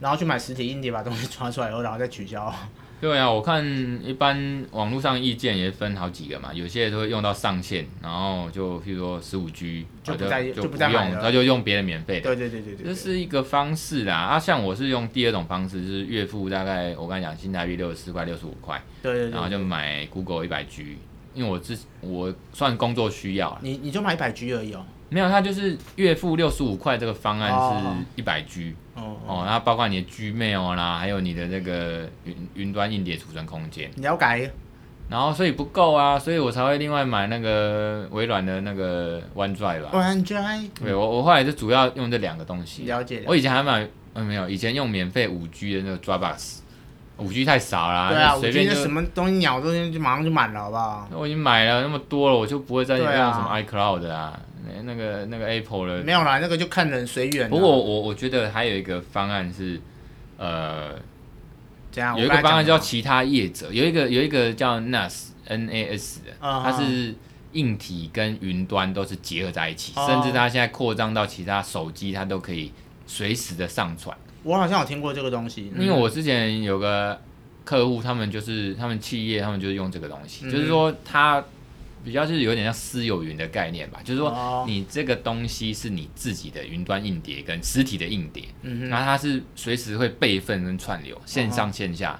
Speaker 2: 然后去买实体硬碟，把东西抓出来以后，然后再 取消。
Speaker 1: 对啊，我看一般网络上意见也分好几个嘛，有些人都会用到上限，然后就譬如说十五 G，
Speaker 2: 就不
Speaker 1: 啊
Speaker 2: 再
Speaker 1: 就
Speaker 2: 就
Speaker 1: 不
Speaker 2: 不再买
Speaker 1: 用，
Speaker 2: 了
Speaker 1: 他就用别的免费
Speaker 2: 对
Speaker 1: 的。
Speaker 2: 对对对对
Speaker 1: 这
Speaker 2: 对，
Speaker 1: 是一个方式啦，啊，像我是用第二种方式，就是月付大概我刚才讲新台币六十四块、六十五块，
Speaker 2: 对对
Speaker 1: 然后
Speaker 2: 对。
Speaker 1: 就买 Google 一百 G，因为我自我算工作需要啦，
Speaker 2: 你你就买一百 G 而已哦。
Speaker 1: 没有它就是月付六十五块这个方案
Speaker 2: 哦
Speaker 1: 是一百 G
Speaker 2: 哦，
Speaker 1: 哦，那包括你的 Gmail 啦，还有你的那个云云端硬碟储存空间，
Speaker 2: 你要改
Speaker 1: 然后所以不够啊，所以我才会另外买那个微软的那个 OneDrive 吧。
Speaker 2: OneDrive，
Speaker 1: 对我我后来就主要用这两个东西，
Speaker 2: 了解了解
Speaker 1: 我以前还买，嗯没有，以前用免费五 G 的那个 Dropbox，五 G 太少啦，
Speaker 2: 对啊，
Speaker 1: 就
Speaker 2: 我
Speaker 1: 随
Speaker 2: 觉
Speaker 1: 便
Speaker 2: 得
Speaker 1: 就
Speaker 2: 什么东西鸟东西就马上就满了，好不好？
Speaker 1: 那我已经买了那么多了，我就不会再用
Speaker 2: 对啊
Speaker 1: 什么 iCloud 啊，那那个那个 Apple 的。
Speaker 2: 没有啦，那个就看人随缘啊。
Speaker 1: 不过我我我觉得还有一个方案是，呃，
Speaker 2: 怎样？
Speaker 1: 有一
Speaker 2: 啊我
Speaker 1: 个
Speaker 2: 刚才
Speaker 1: 方案
Speaker 2: 讲
Speaker 1: 叫其他业者，有一个有一个叫 NAS N A S 的，
Speaker 2: 啊
Speaker 1: 它是硬体跟云端都是结合在一起，
Speaker 2: 哦
Speaker 1: 甚至它现在扩张到其他手机，它都可以随时的上传。
Speaker 2: 我好像有听过这个东西，
Speaker 1: 因为我之前有个客户，他们就是他们企业，他们就是用这个东西，
Speaker 2: 嗯哼
Speaker 1: 就是说它比较就是有点像私有云的概念吧，就是说
Speaker 2: 哦
Speaker 1: 你这个东西是你自己的云端硬碟跟实体的硬碟，
Speaker 2: 嗯哦
Speaker 1: 然
Speaker 2: 哼，
Speaker 1: 后它是随时会备份跟串流，线上线下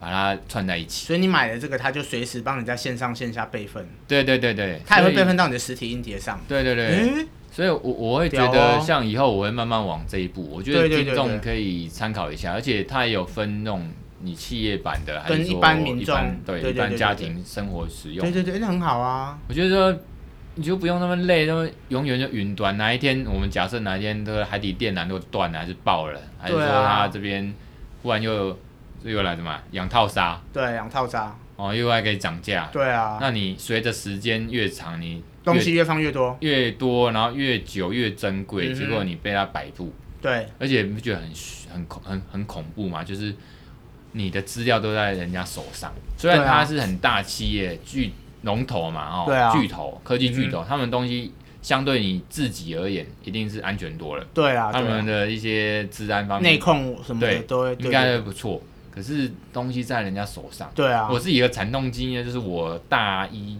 Speaker 1: 把它串在一起。
Speaker 2: 所以你买了这个，它就随时帮你在线上线下备份，
Speaker 1: 对对对对，
Speaker 2: 它也会
Speaker 1: 所以
Speaker 2: 备。份到你的实体硬碟上。嗯
Speaker 1: 对对对，
Speaker 2: 诶
Speaker 1: 所以我我会觉
Speaker 2: 屌
Speaker 1: 得
Speaker 2: 哦
Speaker 1: 像以后我会慢慢往这一步，我觉得
Speaker 2: 对对对
Speaker 1: 听众
Speaker 2: 对
Speaker 1: 可以参考一下，而且它也有分那种你企业版的，还是
Speaker 2: 跟一
Speaker 1: 说
Speaker 2: 般民
Speaker 1: 一
Speaker 2: 众
Speaker 1: 般对
Speaker 2: 对对
Speaker 1: 一般
Speaker 2: 对对
Speaker 1: 家
Speaker 2: 对
Speaker 1: 庭生活使用
Speaker 2: 对。对对，那很好啊。
Speaker 1: 我觉得说你就不用那么累，那么永远就云端。哪一天我们假设哪一天这个海底电缆都断了，还是爆了，还是说
Speaker 2: 对啊
Speaker 1: 它这边忽然又所以又来什么养套杀
Speaker 2: 对，两套渣，
Speaker 1: 哦，又还可以涨价。
Speaker 2: 对啊，
Speaker 1: 那你随着时间越长，你
Speaker 2: 东西越放越多，
Speaker 1: 越多，然后越久越珍贵，
Speaker 2: 嗯哼
Speaker 1: 结果你被它摆布，
Speaker 2: 对
Speaker 1: 而且你不觉得很虚很恐很很恐怖吗？就是你的资料都在人家手上，虽然
Speaker 2: 对啊
Speaker 1: 它是很大企业巨龙头嘛，哦，
Speaker 2: 对啊嗯
Speaker 1: 巨头科技巨头，他们东西相对你自己而言，一定是安全多了，
Speaker 2: 对啊，
Speaker 1: 他
Speaker 2: 对
Speaker 1: 们
Speaker 2: 啊
Speaker 1: 的一些治安方
Speaker 2: 内
Speaker 1: 面
Speaker 2: 控什么的
Speaker 1: 对
Speaker 2: 都会，
Speaker 1: 应
Speaker 2: 对
Speaker 1: 该
Speaker 2: 对
Speaker 1: 会不错，可是东西在人家手上。
Speaker 2: 对啊，
Speaker 1: 我自己的惨痛经验就是我大一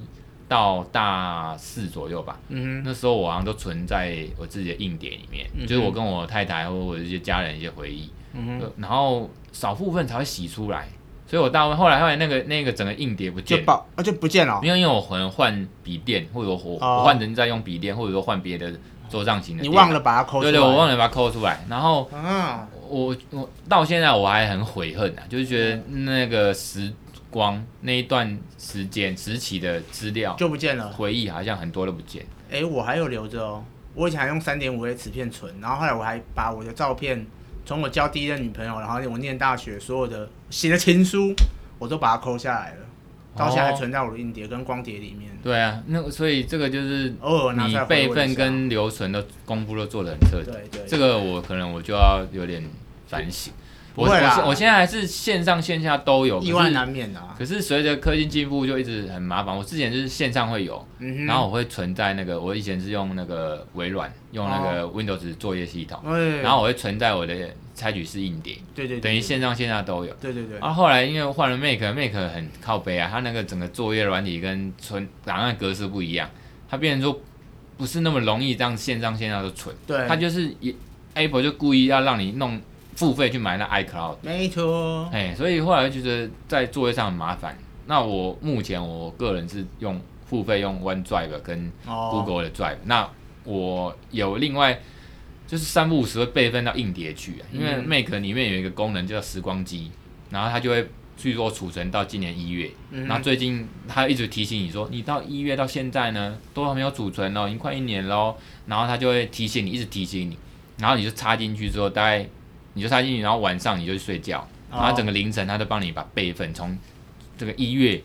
Speaker 1: 到大四左右吧，
Speaker 2: 嗯
Speaker 1: 那时候我好像都存在我自己的硬碟里面，
Speaker 2: 嗯哼
Speaker 1: 就是我跟我太太或者我一些家人一些回忆，
Speaker 2: 哼嗯哼，
Speaker 1: 呃然后少部分才会洗出来，所以我大部分后来后来那个那个整个硬碟不
Speaker 2: 就
Speaker 1: 见了，
Speaker 2: 爆啊就不见了，
Speaker 1: 因为因为我可能换笔电，或者我我
Speaker 2: 哦
Speaker 1: 我换人在用笔电，或者说换别的桌上型的，
Speaker 2: 你忘，了把它抠出
Speaker 1: 对
Speaker 2: 来，
Speaker 1: 对，我忘了把它抠出来，然后。
Speaker 2: 啊，
Speaker 1: 我我到现在我还很悔恨啊，就是觉得那个时光那一段时间时期的资料
Speaker 2: 就不见了。
Speaker 1: 回忆好像很多都不见了，
Speaker 2: 哎、我还有留着哦。我以前还用三点五 A 磁片存，然后后来我还把我的照片，从我交第一任女朋友，然后我念大学所有的写的情书，我都把它抠下来了，到现在还存在我的硬碟跟光碟里面，
Speaker 1: 对啊，那个所以这个就是
Speaker 2: 偶尔拿出
Speaker 1: 你
Speaker 2: 来回
Speaker 1: 备
Speaker 2: 味一
Speaker 1: 份
Speaker 2: 下
Speaker 1: 跟留存的功夫都做的很彻底，
Speaker 2: 对对
Speaker 1: 这个我可能我就要有点反省。
Speaker 2: 不
Speaker 1: 我
Speaker 2: 会
Speaker 1: 我
Speaker 2: 啦
Speaker 1: 现我现在还是线上线下都有，
Speaker 2: 意
Speaker 1: 可
Speaker 2: 外
Speaker 1: 是
Speaker 2: 难免的、啊。
Speaker 1: 可是随着科技进步，就一直很麻烦。我之前就是线上会有，
Speaker 2: 嗯哼，
Speaker 1: 然后我会存在那个，我以前是用那个微软，用那
Speaker 2: 哦
Speaker 1: 个 Windows 作业系统，
Speaker 2: 哎，
Speaker 1: 然后我会存在我的采取式硬碟，
Speaker 2: 对对对，
Speaker 1: 等于线上线下都有。
Speaker 2: 对对对，
Speaker 1: 啊，后来因为换了 Make，Make 很靠背啊，它那个整个作业软体跟存档案格式不一样，它变成说不是那么容易这样线上线下都存，
Speaker 2: 对，
Speaker 1: 它就是也 Apple 就故意要让你弄付费去买那 iCloud，
Speaker 2: 没错，
Speaker 1: 哎、所以后来就觉得在作业上很麻烦。那我目前我个人是用付费用 OneDrive 跟
Speaker 2: 哦，
Speaker 1: Google 的 Drive，、那我有另外就是三不五时会备份到硬碟去、啊，因为
Speaker 2: 嗯
Speaker 1: Make 里面有一个功能叫时光机，然后它就会去做储存到今年一月，
Speaker 2: 嗯
Speaker 1: 然后最近它一直提醒你说你到一月到现在呢都还没有储存哦，已经快一年喽，然后它就会提醒你，一直提醒你，然后你就插进去之后，大概你就插进去，然后晚上你就去睡觉，然
Speaker 2: 哦
Speaker 1: 后整个凌晨它都帮你把备份从这个一月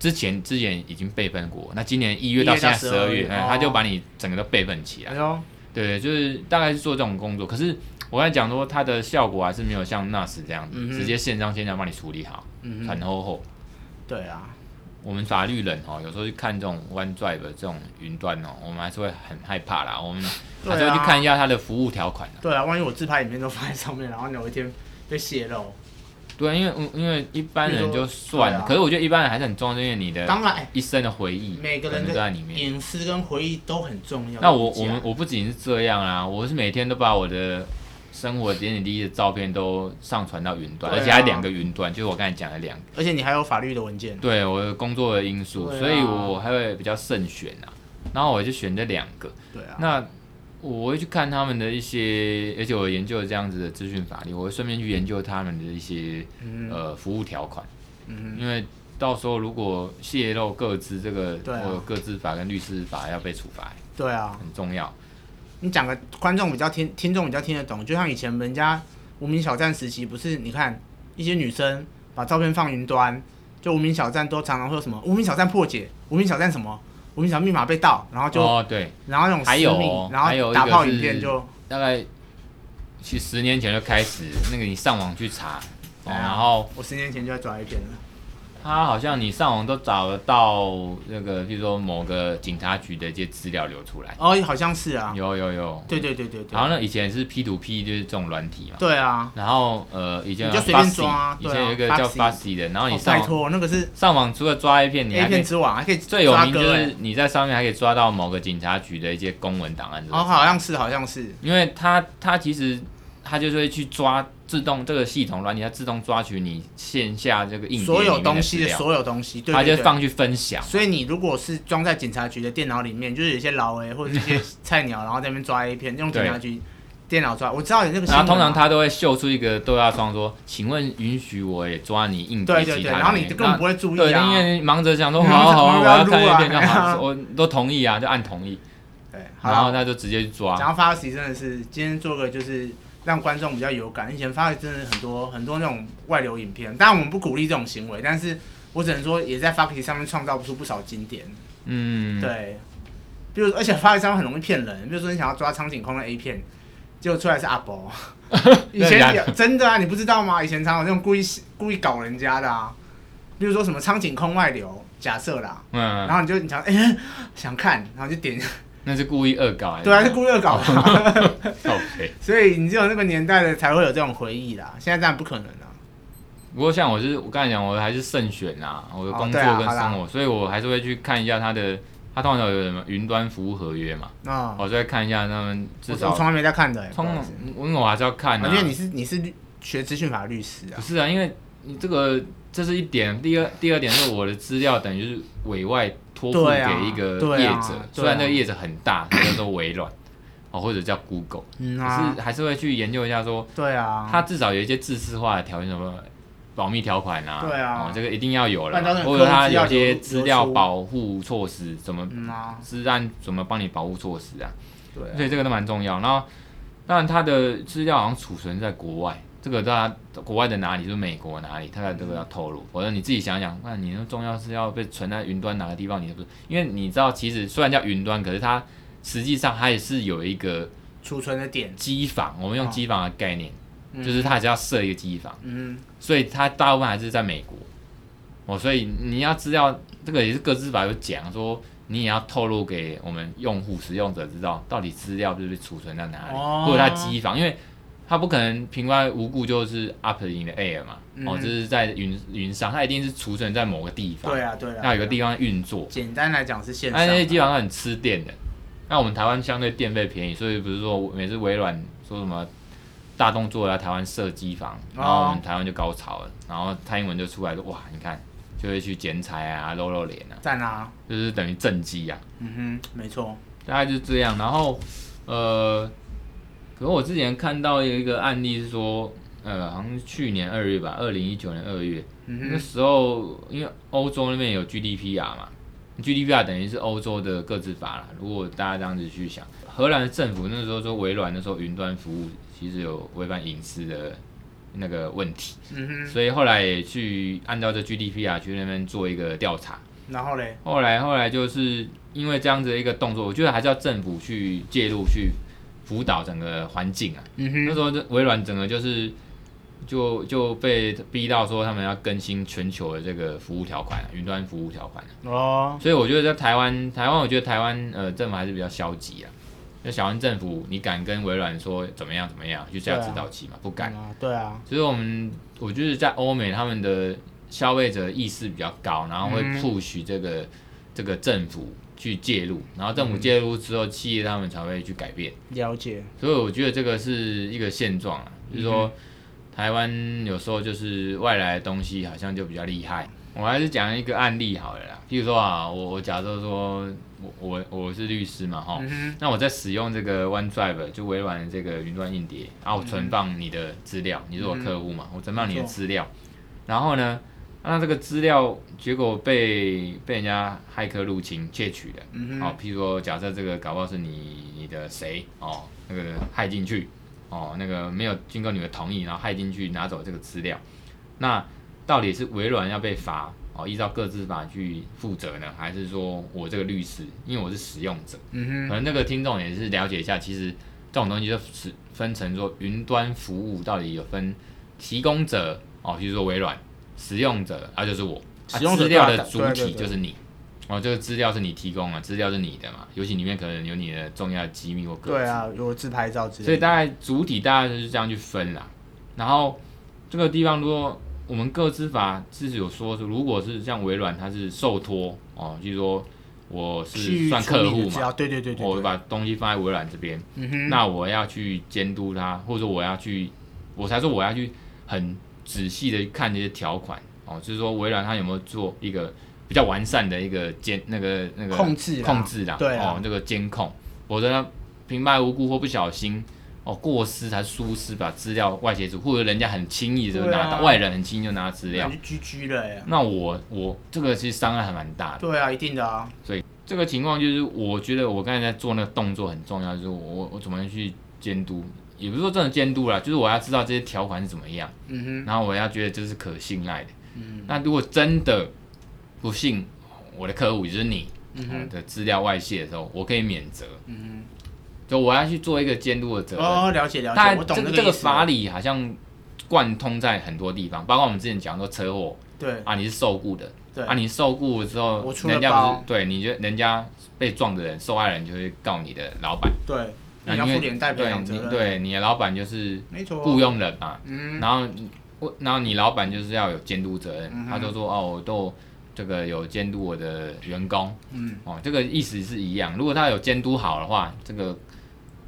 Speaker 1: 之前之前已经备份过，那今年一月到现在十二
Speaker 2: 一
Speaker 1: 月，
Speaker 2: 月到12月
Speaker 1: 哎
Speaker 2: 哦
Speaker 1: 它就把你整个都备份起来
Speaker 2: 哎。呦，
Speaker 1: 对，就是大概是做这种工作。可是我刚才讲说，它的效果还是没有像 NAS 这样子，
Speaker 2: 嗯哼
Speaker 1: 直接线上线下帮你处理好，
Speaker 2: 嗯哼，
Speaker 1: 很厚厚。
Speaker 2: 对啊，
Speaker 1: 我们法律人哦，有时候去看这种 OneDrive 这种云端哦，我们还是会很害怕啦。我们
Speaker 2: 对
Speaker 1: 还
Speaker 2: 啊
Speaker 1: 是会去看一下它的服务条款、啊、
Speaker 2: 对啊，万一我自拍影片都放在上面，然后有一天被泄露，
Speaker 1: 对，因为嗯因为一般人就算了，
Speaker 2: 对啊
Speaker 1: 可是我觉得一般人还是很重要，因为你的
Speaker 2: 当然，哎
Speaker 1: 一生的回忆，
Speaker 2: 每个人
Speaker 1: 啊可能都
Speaker 2: 的
Speaker 1: 在里面。
Speaker 2: 隐私跟回忆都很重要。
Speaker 1: 那我
Speaker 2: 自
Speaker 1: 我
Speaker 2: 己啊
Speaker 1: 们我不仅是这样啊，我是每天都把我的生活点点滴滴的照片都上传到云端，
Speaker 2: 对啊
Speaker 1: 而且还两个云端，就是我刚才讲的两个。
Speaker 2: 而且你还有法律的文件，
Speaker 1: 对我的工作的因素，
Speaker 2: 啊对啊
Speaker 1: 所以我还会比较慎选啊。然后我就选这两个，
Speaker 2: 对啊，
Speaker 1: 那我会去看他们的一些，而且我研究了这样子的资讯法律，我会顺便去研究他们的一些
Speaker 2: 嗯
Speaker 1: 呃服务条款，
Speaker 2: 嗯
Speaker 1: 因为到时候如果泄露各自这个，
Speaker 2: 对啊
Speaker 1: 我有各自法跟律师法要被处罚，
Speaker 2: 哼，对啊，
Speaker 1: 很重要。
Speaker 2: 你讲个观众比较听，听众比较听得懂，就像以前人家无名小站时期，不是你看一些女生把照片放云端，就无名小站都常常会有什么无名小站破解，无名小 站什么，无名小站密码被盗，然后就、
Speaker 1: 哦，对，
Speaker 2: 然后那种
Speaker 1: 还有
Speaker 2: 私密
Speaker 1: 哦还
Speaker 2: 然
Speaker 1: 有
Speaker 2: 后
Speaker 1: 一
Speaker 2: 打
Speaker 1: 个
Speaker 2: 炮
Speaker 1: 是
Speaker 2: 影片就
Speaker 1: 大概去十年前就开始，那个你上网去查，哦、
Speaker 2: 哎呀
Speaker 1: 然后
Speaker 2: 我十年前就在抓一遍了，
Speaker 1: 它好像你上网都找得到那个，譬如说某个警察局的一些资料流出来，
Speaker 2: 哦，好像是啊，
Speaker 1: 有有有，
Speaker 2: 对对对对对啊
Speaker 1: 好，像那以前是 P to P 就是这种软体嘛，
Speaker 2: 对啊，
Speaker 1: 然后呃以前
Speaker 2: 你
Speaker 1: 有
Speaker 2: 就随便
Speaker 1: Fussy，
Speaker 2: 抓啊
Speaker 1: 以
Speaker 2: 对啊
Speaker 1: 前有一个叫
Speaker 2: Fussy
Speaker 1: Fussy 的，然后你
Speaker 2: 哦、
Speaker 1: 上
Speaker 2: 拜
Speaker 1: 网、
Speaker 2: 托，那个是
Speaker 1: 上网除了抓 A 片，你
Speaker 2: A
Speaker 1: 还可
Speaker 2: 片
Speaker 1: 以。
Speaker 2: 之王，还可以
Speaker 1: 最有
Speaker 2: 抓
Speaker 1: 名就
Speaker 2: 歌
Speaker 1: 是
Speaker 2: 欸
Speaker 1: 你在上面还可以抓到某个警察局的一些公文档案之类的
Speaker 2: 哦，好像是好像是，
Speaker 1: 因为它它其实它就是会去抓自动这个系统软体，它自动抓取你线下这个硬件
Speaker 2: 所
Speaker 1: 里
Speaker 2: 有
Speaker 1: 面
Speaker 2: 东
Speaker 1: 资
Speaker 2: 西的
Speaker 1: 料，
Speaker 2: 所有东西，对
Speaker 1: 它就
Speaker 2: 对
Speaker 1: 会
Speaker 2: 对。
Speaker 1: 放去分享。
Speaker 2: 所以你如果是装在警察局的电脑里面，就是有一些老 A 或者一 些菜鸟，然后在那边抓 A 片，用警察局电脑抓。我知道有那个新
Speaker 1: 然后
Speaker 2: 闻啊嘛，
Speaker 1: 通常他都会秀出一个对话框说：“请问允许我也抓你硬
Speaker 2: 对
Speaker 1: 碟其
Speaker 2: 对对，
Speaker 1: 他
Speaker 2: 然后
Speaker 1: 软
Speaker 2: 你
Speaker 1: 件？”
Speaker 2: 根本不会
Speaker 1: 那
Speaker 2: 注
Speaker 1: 对，
Speaker 2: 意
Speaker 1: 因
Speaker 2: 啊。
Speaker 1: 为忙着想 说：“
Speaker 2: 嗯
Speaker 1: 好好好，
Speaker 2: 我
Speaker 1: 我
Speaker 2: 要
Speaker 1: 要看
Speaker 2: 录
Speaker 1: 一
Speaker 2: 啊
Speaker 1: 遍就
Speaker 2: 哎呀
Speaker 1: 好。”我都同意啊，就按同意，
Speaker 2: 对，好
Speaker 1: 然后
Speaker 2: 啦，
Speaker 1: 他就直接去抓。
Speaker 2: 然后发 a s 真的是今天做个就是让观众比较有感。以前发的真的很多很多那种外流影片，当然我们不鼓励这种行为，但是我只能说也在 f u c k y 上面创造出不少经典。
Speaker 1: 嗯，
Speaker 2: 对，比如而且发一张很容易骗人，比如说你想要抓苍井空的 A 片，结果出来是阿 伯。以
Speaker 1: 真的假
Speaker 2: 前
Speaker 1: 的
Speaker 2: 有真的啊，你不知道吗？以前常有那种故意故意搞人家的啊，比如说什么苍井空外流，假设啦，
Speaker 1: 嗯，哎
Speaker 2: 然后你就你想哎、想看，然后就点，
Speaker 1: 那是故意恶搞还
Speaker 2: 对啊，是故意恶搞的
Speaker 1: 哦
Speaker 2: 啊，
Speaker 1: 靠北
Speaker 2: 所以你只有那个年代的才会有这种回忆啦，现在当然不可能啊了。
Speaker 1: 不过像我是我刚才讲，我还是慎选啦，我的
Speaker 2: 哦
Speaker 1: 工
Speaker 2: 对
Speaker 1: 作
Speaker 2: 啊
Speaker 1: 跟
Speaker 2: 好啦
Speaker 1: 生活，所以我还是会去看一下他的，他通常有什么云端服务合约嘛，
Speaker 2: 啊、
Speaker 1: 我就会看一下他们至
Speaker 2: 我我
Speaker 1: 少
Speaker 2: 从来没在看的、欸，
Speaker 1: 通
Speaker 2: 不好意
Speaker 1: 常
Speaker 2: 思
Speaker 1: 我因为我还是要看啊
Speaker 2: 啊，因为你是你是律学资讯法律师啊
Speaker 1: 不，是啊，因为你这个这是一点，第二第二点是我的资料等于是委外托付
Speaker 2: 对啊
Speaker 1: 给一个
Speaker 2: 对啊
Speaker 1: 业者，
Speaker 2: 对啊
Speaker 1: 虽然那个业者很大，叫做微软哦，或者叫 Google，
Speaker 2: 嗯
Speaker 1: 可
Speaker 2: 啊，
Speaker 1: 是还是会去研究一下说，
Speaker 2: 对啊，
Speaker 1: 它至少有一些自私化的条件，什么保密条款啊，
Speaker 2: 对啊
Speaker 1: 哦，这个一定要有了
Speaker 2: 不然到时，候
Speaker 1: 或
Speaker 2: 你
Speaker 1: 者
Speaker 2: 客户
Speaker 1: 它
Speaker 2: 资料
Speaker 1: 有一些
Speaker 2: 流
Speaker 1: 资料
Speaker 2: 流出
Speaker 1: 保护措施，怎么
Speaker 2: 嗯啊，
Speaker 1: 治安怎么帮你保护措施啊，
Speaker 2: 对啊
Speaker 1: 所以这个都蛮重要。然后，当然它的资料好像储存在国外，这个大家国外的哪里，就是美国哪里，大概这个要透
Speaker 2: 嗯
Speaker 1: 露。否则你自己想想，那你那重要是要被存在云端哪个地方，你都不是，因为你知道，其实虽然叫云端，可是它实际上它也是有一个
Speaker 2: 储存的点，
Speaker 1: 机房，我们用机房的概念，
Speaker 2: 啊嗯
Speaker 1: 就是它还是要设一个机房，
Speaker 2: 嗯，
Speaker 1: 所以它大部分还是在美国。哦，所以你要资料，这个也是各自法有讲说。你也要透露给我们用户、使用者知道，到底资料是不是储存在哪里，
Speaker 2: 哦
Speaker 1: 或者它机房，因为它不可能平白无故就是 up in the air 嘛，哦，
Speaker 2: 嗯
Speaker 1: 就是在云云上，它一定是储存在某个地方，
Speaker 2: 对啊对啊，
Speaker 1: 要有个地方运作。
Speaker 2: 简单来讲是线上
Speaker 1: 哎那
Speaker 2: 啊，
Speaker 1: 那些基本上很吃电的。那我们台湾相对电费便宜，所以不是说每次微软说什么大动作来台湾设机房，然后我们台湾就高潮了，然后蔡英文就出来说哇，你看就会去剪彩啊，露露脸啊，
Speaker 2: 赞啊，
Speaker 1: 就是等于正机啊，
Speaker 2: 嗯哼，没错，
Speaker 1: 大概就这样。然后呃，可是我之前看到有一个案例是说，呃，好像是去年二月吧，二零一九年二月，那
Speaker 2: 嗯哼，
Speaker 1: 时候因为欧洲那边有 GDPR 啊嘛，GDPR 啊等于是欧洲的各自法啦。如果大家这样子去想，荷兰的政府那时候说微软那时候云端服务其实有违反隐私的那个问题，
Speaker 2: 嗯
Speaker 1: 所以后来也去按照这 GDPR 啊去那边做一个调查。
Speaker 2: 哼，然后嘞，
Speaker 1: 后来后来就是因为这样子的一个动作，我觉得还是要政府去介入去辅导整个环境啊。
Speaker 2: 嗯
Speaker 1: 那
Speaker 2: 哼，
Speaker 1: 时候就微软整个就是就就被逼到说他们要更新全球的这个服务条款，啊云端服务条款。啊
Speaker 2: 哦，
Speaker 1: 所以我觉得在台湾，台湾我觉得台湾呃政府还是比较消极啊。就小湾政府，你敢跟微软说怎么样怎么样，就是要
Speaker 2: 对啊
Speaker 1: 指导期嘛，不敢。
Speaker 2: 嗯啊，对啊，
Speaker 1: 所以我们我觉得在欧美他们的消费者意识比较高，然后会
Speaker 2: 嗯
Speaker 1: push 这个、这个政府去介入，然后
Speaker 2: 嗯
Speaker 1: 政府介入之后，企业他们才会去改变。
Speaker 2: 了解，
Speaker 1: 所以我觉得这个是一个现状啊，就是说台湾有时候就是外来的东西好像就比较厉害。我还是讲一个案例好了啦，譬如说啊，我我假设说我我我是律师嘛哈，
Speaker 2: 嗯哼，
Speaker 1: 那我在使用这个 OneDrive 就微软的这个云端硬碟，然后我存放你的资料，你是我客户嘛，我存放你的资料，然后呢，那这个资料结果被被人家骇客入侵窃取了。
Speaker 2: 嗯
Speaker 1: 好、
Speaker 2: 哼，
Speaker 1: 哦，譬如说，假设这个搞不好是你你的谁哦，那个害进去哦，那个没有经过你的同意，然后害进去拿走这个资料，那到底是微软要被罚哦，依照各自法去负责呢，还是说我这个律师，因为我是使用者，
Speaker 2: 嗯
Speaker 1: 可能那个听众也是了解一下，其实这种东西就是分成说云端服务到底有分提供者哦，比如说微软，使用者啊就是我，啊
Speaker 2: 使用者
Speaker 1: 资料
Speaker 2: 对啊
Speaker 1: 的主
Speaker 2: 对对
Speaker 1: 体
Speaker 2: 对
Speaker 1: 就是你。哦，这个资料是你提供啊，资料是你的嘛，尤其里面可能有你的重要的机密或
Speaker 2: 哼，
Speaker 1: 个
Speaker 2: 对
Speaker 1: 资，
Speaker 2: 啊，有自拍照
Speaker 1: 所
Speaker 2: 之
Speaker 1: 以
Speaker 2: 类的，
Speaker 1: 大概主体大概就是这样去分啦。然后这个地方，如果我们各资法是有说，如果是像微软，它是受托哦，就是说我是
Speaker 2: 去
Speaker 1: 算
Speaker 2: 处理
Speaker 1: 客
Speaker 2: 的
Speaker 1: 户
Speaker 2: 资
Speaker 1: 嘛，
Speaker 2: 料，对对对对，
Speaker 1: 我
Speaker 2: 对
Speaker 1: 把东西放在微软这边，
Speaker 2: 嗯哼，
Speaker 1: 那我要去监督它，或者说我要去，我才说我要去很仔细的看这些条款哦，就是说微软它有没有做一个比较完善的一个监那个那个
Speaker 2: 控制啦
Speaker 1: 控制啦，
Speaker 2: 对啊
Speaker 1: 哦，这个监控，否则它平白无故或不小心。哦，过失还是疏失，把资料外泄出，或者人家很轻易就拿到，
Speaker 2: 对啊
Speaker 1: 外人很轻易就拿到资
Speaker 2: 那
Speaker 1: 料，
Speaker 2: 就 GG 了耶，
Speaker 1: 那我我这个其实伤害还蛮大的。
Speaker 2: 对啊，一定的啊，
Speaker 1: 所以这个情况就是，我觉得我刚才在做那个动作很重要，就是我我我怎么样去监督，也不是说真的监督啦，就是我要知道这些条款是怎么样，
Speaker 2: 嗯
Speaker 1: 然后我要觉得这是可信赖的。
Speaker 2: 哼，嗯
Speaker 1: 那如果真的不信我的客户，也就是你、
Speaker 2: 嗯
Speaker 1: 我
Speaker 2: 哼，
Speaker 1: 的资料外泄的时候，我可以免责，
Speaker 2: 嗯
Speaker 1: 就我要去做一个监督的责
Speaker 2: 哼，
Speaker 1: 任。
Speaker 2: 哦，了解了
Speaker 1: 它
Speaker 2: 解，我懂
Speaker 1: 这
Speaker 2: 那
Speaker 1: 个
Speaker 2: 个
Speaker 1: 这个
Speaker 2: 意思
Speaker 1: 法理好像贯通在很多地方，包括我们之前讲说车祸
Speaker 2: 对
Speaker 1: 啊，你是受雇的，
Speaker 2: 对
Speaker 1: 啊，，你受雇之后
Speaker 2: 我，出了
Speaker 1: 人家不
Speaker 2: 包
Speaker 1: 是对，你觉得人家被撞的人，受害人就会告你的老板，
Speaker 2: 对，
Speaker 1: 那
Speaker 2: 你要
Speaker 1: 啊因为
Speaker 2: 负连带赔
Speaker 1: 对
Speaker 2: 偿责
Speaker 1: 你
Speaker 2: 任，，
Speaker 1: 对你的老板就是
Speaker 2: 没错，
Speaker 1: 雇佣人嘛，
Speaker 2: 嗯，
Speaker 1: 然后你我然后你老板就是要有监督责任，他就说哦，我都这个有监督我的员工，
Speaker 2: 嗯，
Speaker 1: 哦，这个意思是一样，如果他有监督好的话，这个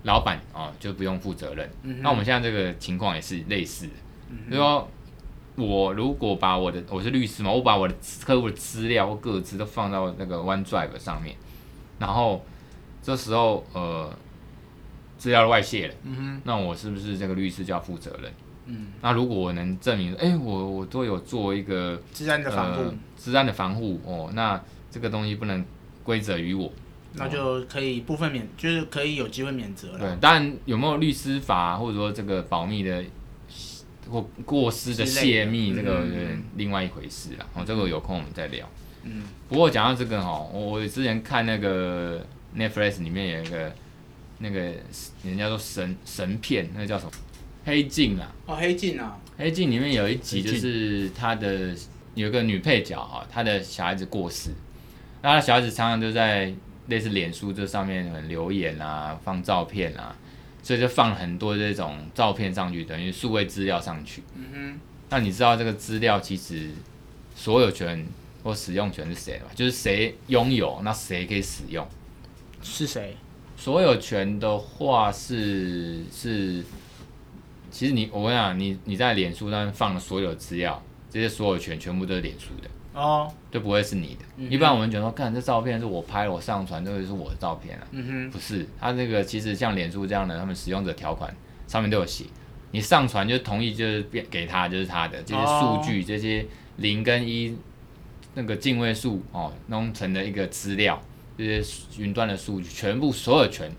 Speaker 1: 老板哦就不用负责任。
Speaker 2: 嗯哼嗯
Speaker 1: 那我们现在这个情况也是类似的，就是说我如果把我的我是律师嘛，我把我的客户的资料或个资都放到那个 OneDrive 上面，然后这时候呃资料外泄了，
Speaker 2: 嗯哼，
Speaker 1: 那我是不是这个律师就要负责任？
Speaker 2: 嗯，
Speaker 1: 那如果我能证明，哎、我我都有做一个
Speaker 2: 治安的防护
Speaker 1: 呃，治安的防护哦，那这个东西不能归责于我。
Speaker 2: 那就可以部分免，就是可以有机会免责了，
Speaker 1: 对，当然有没有律师法或者说这个保密的或过失的泄密，这
Speaker 2: 之类的
Speaker 1: 个
Speaker 2: 嗯
Speaker 1: 有点另外一回事啦。哦，这个有空我们再聊。
Speaker 2: 嗯，
Speaker 1: 不过讲到这个哈，我我之前看那个 Netflix 里面有一个那个人家说神神片，那个叫什么黑镜啊？
Speaker 2: 哦，黑镜啊，
Speaker 1: 黑镜里面有一集
Speaker 3: 黑
Speaker 1: 就
Speaker 3: 镜
Speaker 1: 是他的有一个女配角哈，她的小孩子过世，那她小孩子常常就在类似脸书这上面很留言啊，放照片啊，所以就放了很多这种照片上去，等于数位资料上去。
Speaker 2: 嗯
Speaker 1: 那你知道这个资料其实所有权或使用权是谁的吗？就是谁拥有，那谁可以使用？
Speaker 2: 哼，是谁？
Speaker 1: 所有权的话是是，其实你我跟你讲，你你在脸书上面放的所有资料，这些所有权全部都是脸书的，
Speaker 2: 哦，
Speaker 1: 就不会是你的。
Speaker 2: 嗯哼
Speaker 1: 一般我们讲说，看这照片是我拍，我上传，这个是我的照片啊，
Speaker 2: 嗯
Speaker 1: 不是。它这个其实像脸书这样的，他们使用者条款上面都有写，你上传就同意就是变给他就是他的这些数据，这些零跟一那个进位数哦弄成的一个资料，这些云端的数据全部所有权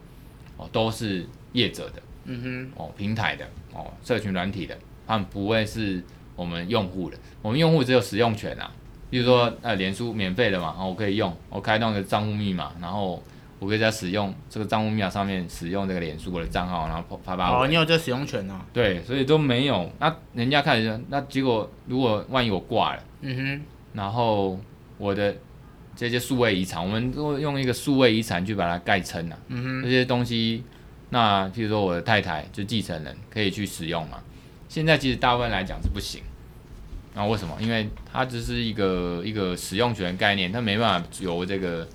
Speaker 1: 哦都是业者的
Speaker 2: 哼，嗯
Speaker 1: 哦平台的哦社群软体的，他们不会是我们用户的，我们用户只有使用权啊。比如说，呃，脸书免费的嘛，哦，我可以用，我开通一个账户密码，然后我可以在使用这个账户密码上面使用这个脸书的账号，然后发
Speaker 2: 哼，
Speaker 1: 发我
Speaker 2: 哦，你有这使用权哦，
Speaker 1: 对，所以都没有。那人家开始，那结果如果万一我挂了，
Speaker 2: 嗯
Speaker 1: 然后我的这些数位遗产，我们都用一个数位遗产去把它盖称啊
Speaker 2: 哼，，嗯哼，
Speaker 1: 这些东西，那譬如说我的太太就继承人可以去使用嘛。现在其实大部分来讲是不行。那、为什么？因为它只是一个一个使用权概念，它没办法由这个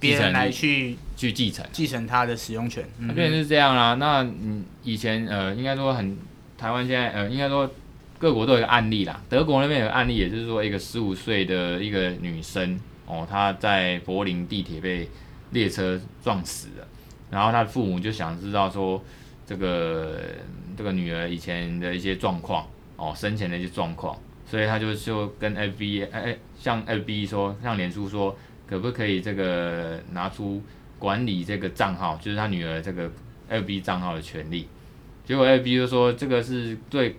Speaker 2: 别人来
Speaker 1: 继承啊
Speaker 2: 去
Speaker 1: 去继承。
Speaker 2: 继承他的使用权，
Speaker 1: 那
Speaker 2: 嗯哼
Speaker 1: 变成是这样啦、那嗯，以前呃，应该说很台湾现在呃，应该说各国都有一个案例啦。德国那边有个案例，也就是说一个十五岁的一个女生哦，她在柏林地铁被列车撞死了，然后她的父母就想知道说这个这个女儿以前的一些状况哦，生前的一些状况，所以她就就跟 FB 哎哎，向 FB 说，向脸书说，可不可以这个拿出管理这个账号，就是他女儿这个 FB 账号的权利。结果 FB 就说这个是对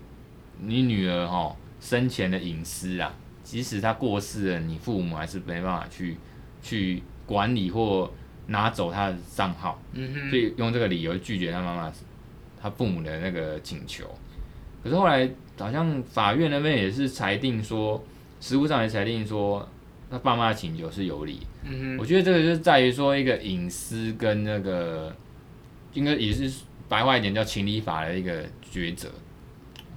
Speaker 1: 你女儿哈、生前的隐私啊，即使她过世了，你父母还是没办法去去管理或拿走她的账号，
Speaker 2: 嗯哼，
Speaker 1: 所以用这个理由拒绝她妈妈她父母的那个请求。可是后来好像法院那边也是裁定说，实务上也裁定说，他爸妈的请求是有理的
Speaker 2: 嗯哼，
Speaker 1: 我觉得这个就是在于说一个隐私跟那个，应该也是白话一点叫情理法的一个抉择。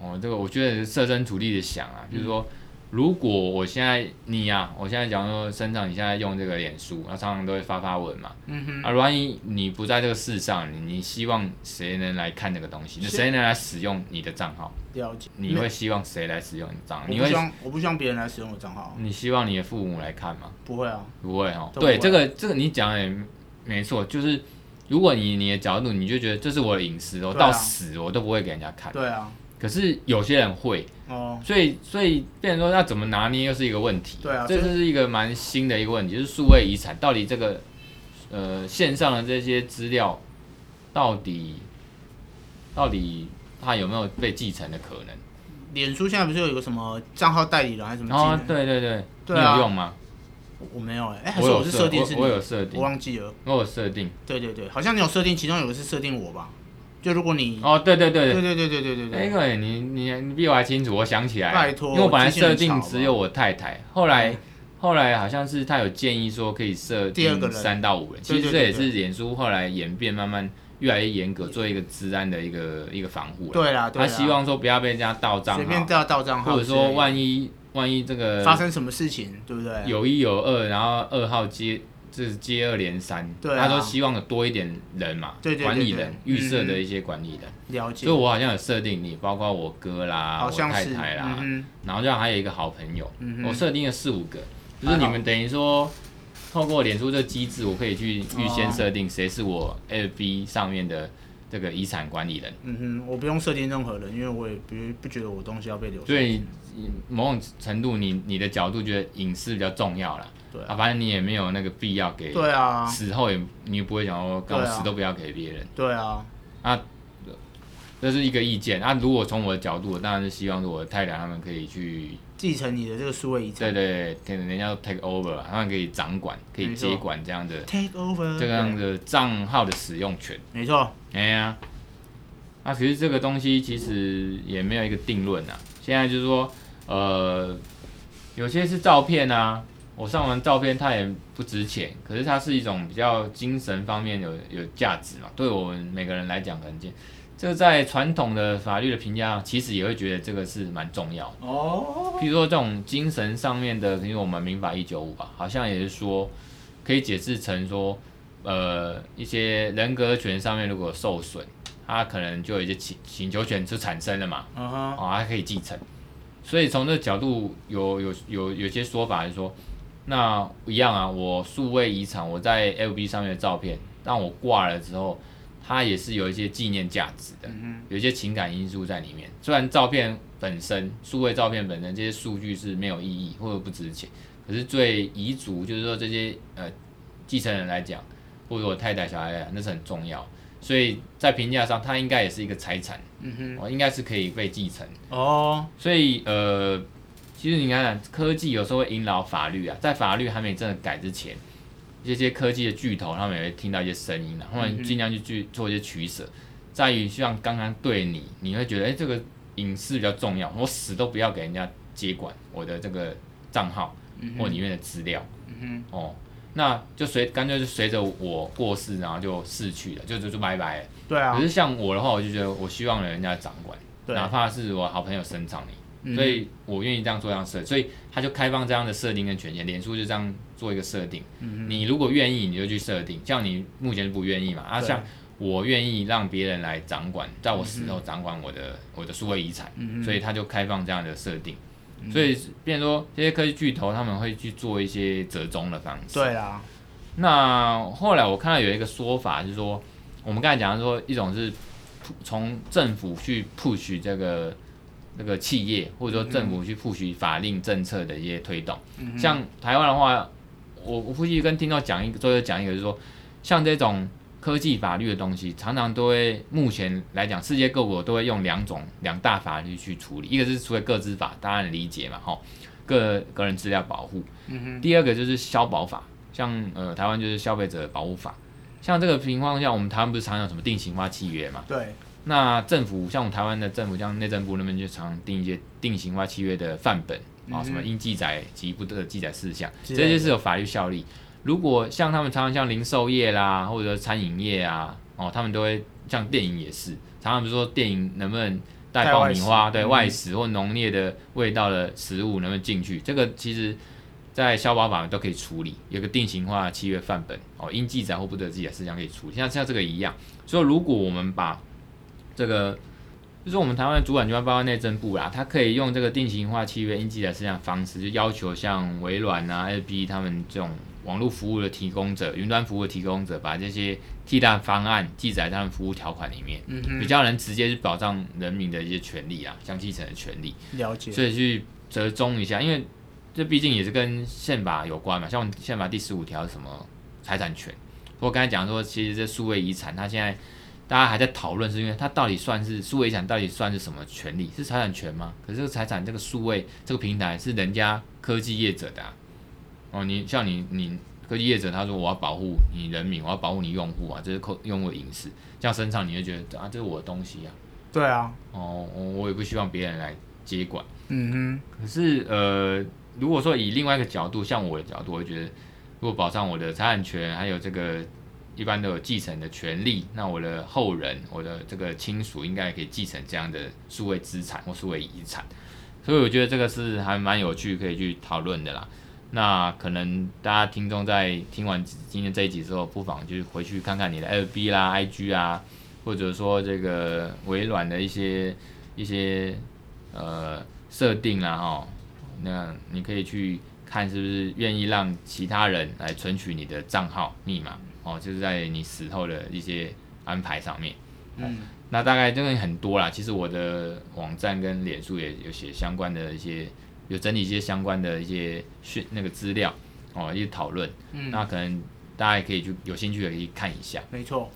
Speaker 1: 哦，这个我觉得设身处地的想啊，就是说，如果我现在你呀、我现在讲说身上你现在用这个脸书，那常常都会发发文嘛。
Speaker 2: 嗯哼，
Speaker 1: 啊，万一你不在这个世上，你你希望谁能来看这个东西？
Speaker 2: 是
Speaker 1: 谁能来使用你的账号？
Speaker 2: 了解，
Speaker 1: 你会希望谁来使用你的账号？
Speaker 2: 我
Speaker 1: 你
Speaker 2: 不
Speaker 1: 会嗯
Speaker 2: 希望我不希望别人来使用我账号，啊
Speaker 1: 你希望你的父母来看吗？
Speaker 2: 不会啊，
Speaker 1: 不会哦，
Speaker 2: 都不会
Speaker 1: 对，这个这个你讲得也没错，就是如果你你的角度，你就觉得这是我的隐私哦，
Speaker 2: 对啊
Speaker 1: 到死我都不会给人家看。
Speaker 2: 对啊，
Speaker 1: 可是有些人会，
Speaker 2: 哦，
Speaker 1: 所以所以变成说要怎么拿捏又是一个问题。
Speaker 2: 对啊
Speaker 1: 这
Speaker 2: 所以
Speaker 1: 就是一个蛮新的一个问题，就是数位遗产到底这个呃线上的这些资料到底到底它有没有被继承的可能？
Speaker 2: 脸书现在不是有一个什么账号代理人还是什么技
Speaker 1: 哦
Speaker 2: 能？，
Speaker 1: 对对对，
Speaker 2: 对
Speaker 1: 你
Speaker 2: 啊
Speaker 1: 有用吗？
Speaker 2: 我没有哎、哎，还
Speaker 1: 我
Speaker 2: 是
Speaker 1: 有
Speaker 2: 我是设定是你
Speaker 1: 我我有设定
Speaker 2: 我，忘记了。
Speaker 1: 我有设定。
Speaker 2: 对对对，好像你有设定，其中有一个是设定我吧？就如果你，
Speaker 1: 哦，对对对
Speaker 2: 对对对对对对
Speaker 1: 那
Speaker 2: 对，
Speaker 1: 个、哎你你你比我还清楚，我想起来了，
Speaker 2: 拜托
Speaker 1: 因为我本来设
Speaker 2: 机器人
Speaker 1: 定
Speaker 2: 吵吧
Speaker 1: 只有我太太，后来、后来好像是他有建议说可以设
Speaker 2: 嗯第二个
Speaker 1: 定
Speaker 2: 人
Speaker 1: 三到五人，
Speaker 2: 对
Speaker 1: 其
Speaker 2: 对
Speaker 1: 实
Speaker 2: 对
Speaker 1: 这也是脸书后来演变，慢慢越来越严格，做一个治安的一个一个防护啦。
Speaker 2: 对啊啦对
Speaker 1: 他
Speaker 2: 啦，
Speaker 1: 希望说不要被人家盗账
Speaker 2: 随便
Speaker 1: 号，
Speaker 2: 调到账号之类的，
Speaker 1: 或者说万一万一这个
Speaker 2: 发生什么事情，对不对？
Speaker 1: 有一有二，然后二号接就是接二连三，
Speaker 2: 对啊
Speaker 1: 他说希望有多一点人嘛，
Speaker 2: 对对对
Speaker 1: 管理
Speaker 2: 对
Speaker 1: 人
Speaker 2: 嗯
Speaker 1: 预设的
Speaker 2: 嗯
Speaker 1: 一些管理人。
Speaker 2: 了解
Speaker 1: 所以，我好像有设定你，包括我哥啦，
Speaker 2: 好
Speaker 1: 我
Speaker 2: 像
Speaker 1: 太
Speaker 2: 是，
Speaker 1: 太啦，
Speaker 2: 嗯
Speaker 1: 然后就还有一个好朋友，
Speaker 2: 嗯哼
Speaker 1: 我设定了四五个，就
Speaker 2: 还
Speaker 1: 是
Speaker 2: 好
Speaker 1: 你们等于说透过脸书这机制，我可以去预先设定谁是我 FB 上面的这个遗产管理人，
Speaker 2: 哼，嗯哼，我不用设定任何人，因为我也不不觉得我东西要被流出
Speaker 1: 所
Speaker 2: 去。
Speaker 1: 以某种程度你你的角度觉得隐私比较重要啦，
Speaker 2: 对啊
Speaker 1: 啊，反正你也没有那个必要给，
Speaker 2: 对啊，
Speaker 1: 死后也你也不会想说，干我
Speaker 2: 对啊
Speaker 1: 死都不要给别人。
Speaker 2: 对啊，
Speaker 1: 这是一个意见啊！如果从我的角度，我当然是希望我的太太他们可以去
Speaker 2: 继承你的这个数位遗产
Speaker 1: 对对，对可能人家 take over，啊他们可以掌管，可以
Speaker 2: 没错嗯
Speaker 1: 接管这样的
Speaker 2: ，take over，
Speaker 1: 这样的账号的使用权。
Speaker 2: 没错，
Speaker 1: 哎呀，啊，其实这个东西其实也没有一个定论啊。现在就是说，呃，有些是照片啊，我上完照片它也不值钱，可是它是一种比较精神方面有有价值嘛，对我们每个人来讲很见。这个在传统的法律的评价，其实也会觉得这个是蛮重要的。
Speaker 2: 哦，
Speaker 1: 譬如说这种精神上面的，因为我们民法一九五吧，好像也是说可以解释成说，呃，一些人格权上面如果有受损，他可能就有一些请请求权就产生了嘛，
Speaker 2: 嗯哼，
Speaker 1: 哦，他可以继承。所以从这个角度有，有有有些说法是说，那一样啊，我数位遗产我在 FB 上面的照片，让我挂了之后，它也是有一些纪念价值的。
Speaker 2: 嗯
Speaker 1: 有一些情感因素在里面。虽然照片本身、数位照片本身这些数据是没有意义或者不值钱，可是对遗族，就是说这些呃继承人来讲，或者我太太、小孩来啊讲，那是很重要。所以在评价上，它应该也是一个财产，
Speaker 2: 哼，嗯
Speaker 1: 哦，应该是可以被继承。
Speaker 2: 哼，哦，
Speaker 1: 所以呃，其实你看看科技有时候会引导法律啊，在法律还没真的改之前，这些科技的巨头他们也会听到一些声音啊，他
Speaker 2: 嗯哼
Speaker 1: 们尽量去去做一些取舍，在于像刚刚对你，你会觉得哎、诶这个隐私比较重要，我死都不要给人家接管我的这个账号
Speaker 2: 嗯
Speaker 1: 或
Speaker 2: 哼，
Speaker 1: 里面的资料
Speaker 2: 嗯
Speaker 1: 哦。那就随干脆就随着我过世，然后就逝去了，就就就拜拜了。
Speaker 2: 哼，对啊
Speaker 1: 可，是像我的话，我就觉得我希望人家掌管，
Speaker 2: 对
Speaker 1: 哪怕是我好朋友深藏你，
Speaker 2: 嗯
Speaker 1: 所以我愿意这样做这样设，所以他就开放这样的设定跟权限，脸书就这样做一个设定。
Speaker 2: 嗯
Speaker 1: 你如果愿意，你就去设定，像你目前不愿意嘛，啊，
Speaker 2: 对
Speaker 1: 像我愿意让别人来掌管，在我死后掌管我的、我的数位遗产，
Speaker 2: 嗯嗯哼嗯
Speaker 1: 所以他就开放这样的设定。所以，变成说这些科技巨头他们会去做一些折中的方式。
Speaker 2: 对啦，
Speaker 1: 那后来我看到有一个说法是说，我们刚才讲的说，一种是 pu- 从政府去 push 这个那个企业，或者说政府去 push 法令政策的一些推动。
Speaker 2: 嗯哼
Speaker 1: 像台湾的话，我我估计跟听众讲一个，最后讲一个，就是说，像这种科技法律的东西，常常都会目前来讲，世界各国都会用两种两大法律去处理，一个是所谓个资法，大家很理解嘛，吼，个个人资料保护。
Speaker 2: 嗯哼，
Speaker 1: 第二个就是消保法，像呃台湾就是消费者保护法，像这个情况下，我们台湾不是常有什么定型化契约嘛？
Speaker 2: 对，
Speaker 1: 那政府像我们台湾的政府，像内政部那边就常定一些定型化契约的范本啊、
Speaker 2: 嗯
Speaker 1: 什么应记载及不得记载事项，
Speaker 2: 之
Speaker 1: 这
Speaker 2: 类的
Speaker 1: 些是有法律效力。如果像他们常常像零售业啦，或者餐饮业啊，哦，他们都会像电影也是，常常比如说电影能不能带
Speaker 2: 带
Speaker 1: 爆
Speaker 2: 外
Speaker 1: 米
Speaker 2: 食
Speaker 1: 花，对
Speaker 2: 嗯
Speaker 1: 外食或浓烈的味道的食物能不能进去，这个其实。在消保法都可以处理，有个定型化契约范本哦，应记载或不得记载事项可以处理，像像这个一样。所以如果我们把这个，就是我们台湾的主管机关，包括内政部啦，它可以用这个定型化契约应记载事项方式，就要求像微软啊、FB 他们这种网络服务的提供者、云端服务的提供者，把这些替代方案记载在他们服务条款里面，
Speaker 2: 嗯
Speaker 1: 比
Speaker 2: 哼，
Speaker 1: 较能直接去保障人民的一些权利啊，像继承的权利。
Speaker 2: 了解，
Speaker 1: 所以去折中一下，因为这毕竟也是跟宪法有关嘛，像宪法第十五条是什么财产权，我刚才讲说，其实这数位遗产，它现在大家还在讨论，是因为它到底算是数位遗产，到底算是什么权利？是财产权吗？可是这个财产，这个数位这个平台是人家科技业者的、啊，哦，你像你你科技业者，他说我要保护你人民，我要保护你用户啊，这是扣用户的隐私，这样身上你就觉得啊，这是我的东西啊，
Speaker 2: 对啊，
Speaker 1: 哦，我我也不希望别人来接管。
Speaker 2: 嗯
Speaker 1: 可是呃，如果说以另外一个角度，像我的角度，我会觉得如果保障我的财产权，还有这个一般都有继承的权利，那我的后人，我的这个亲属应该也可以继承这样的数位资产或数位遗产。所以我觉得这个是还蛮有趣，可以去讨论的啦。那可能大家听众在听完今天这一集之后，不妨就是回去看看你的 FB 啦、IG 啊，或者说这个微软的一些一些呃设定啦，哈，那你可以去看是不是愿意让其他人来存取你的账号密码哦，就是在你死后的一些安排上面。
Speaker 2: 哼，嗯，
Speaker 1: 那大概真的很多啦。其实我的网站跟脸书也有写相关的一些，有整理一些相关的一些讯那个资料哦，一些讨论。
Speaker 2: 嗯
Speaker 1: 那可能大家也可以去有兴趣的可以看一下。
Speaker 2: 没错，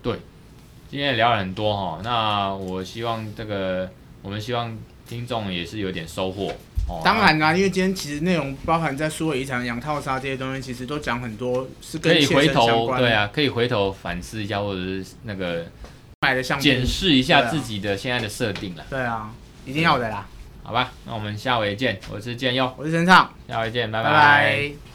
Speaker 1: 今天也聊了很多哈、哦，那我希望这个我们希望听众也是有点收获哦。
Speaker 2: 当然啦，因为今天其实内容包含在数位遗产、养套杀这些东西，其实都讲很多是
Speaker 1: 可
Speaker 2: 跟
Speaker 1: 以
Speaker 2: 切
Speaker 1: 回
Speaker 2: 身相
Speaker 1: 头
Speaker 2: 关的，
Speaker 1: 对啊，可以回头反思一下，或者是那个
Speaker 2: 买的相
Speaker 1: 检
Speaker 2: 片，
Speaker 1: 视一下
Speaker 2: 对啊
Speaker 1: 自己的现在的设定了，
Speaker 2: 对啊，一定要的啦。
Speaker 1: 好吧？那我们下回见，我是建佑，
Speaker 2: 我是陈畅，
Speaker 1: 下回见，
Speaker 2: 拜
Speaker 1: 拜拜
Speaker 2: 拜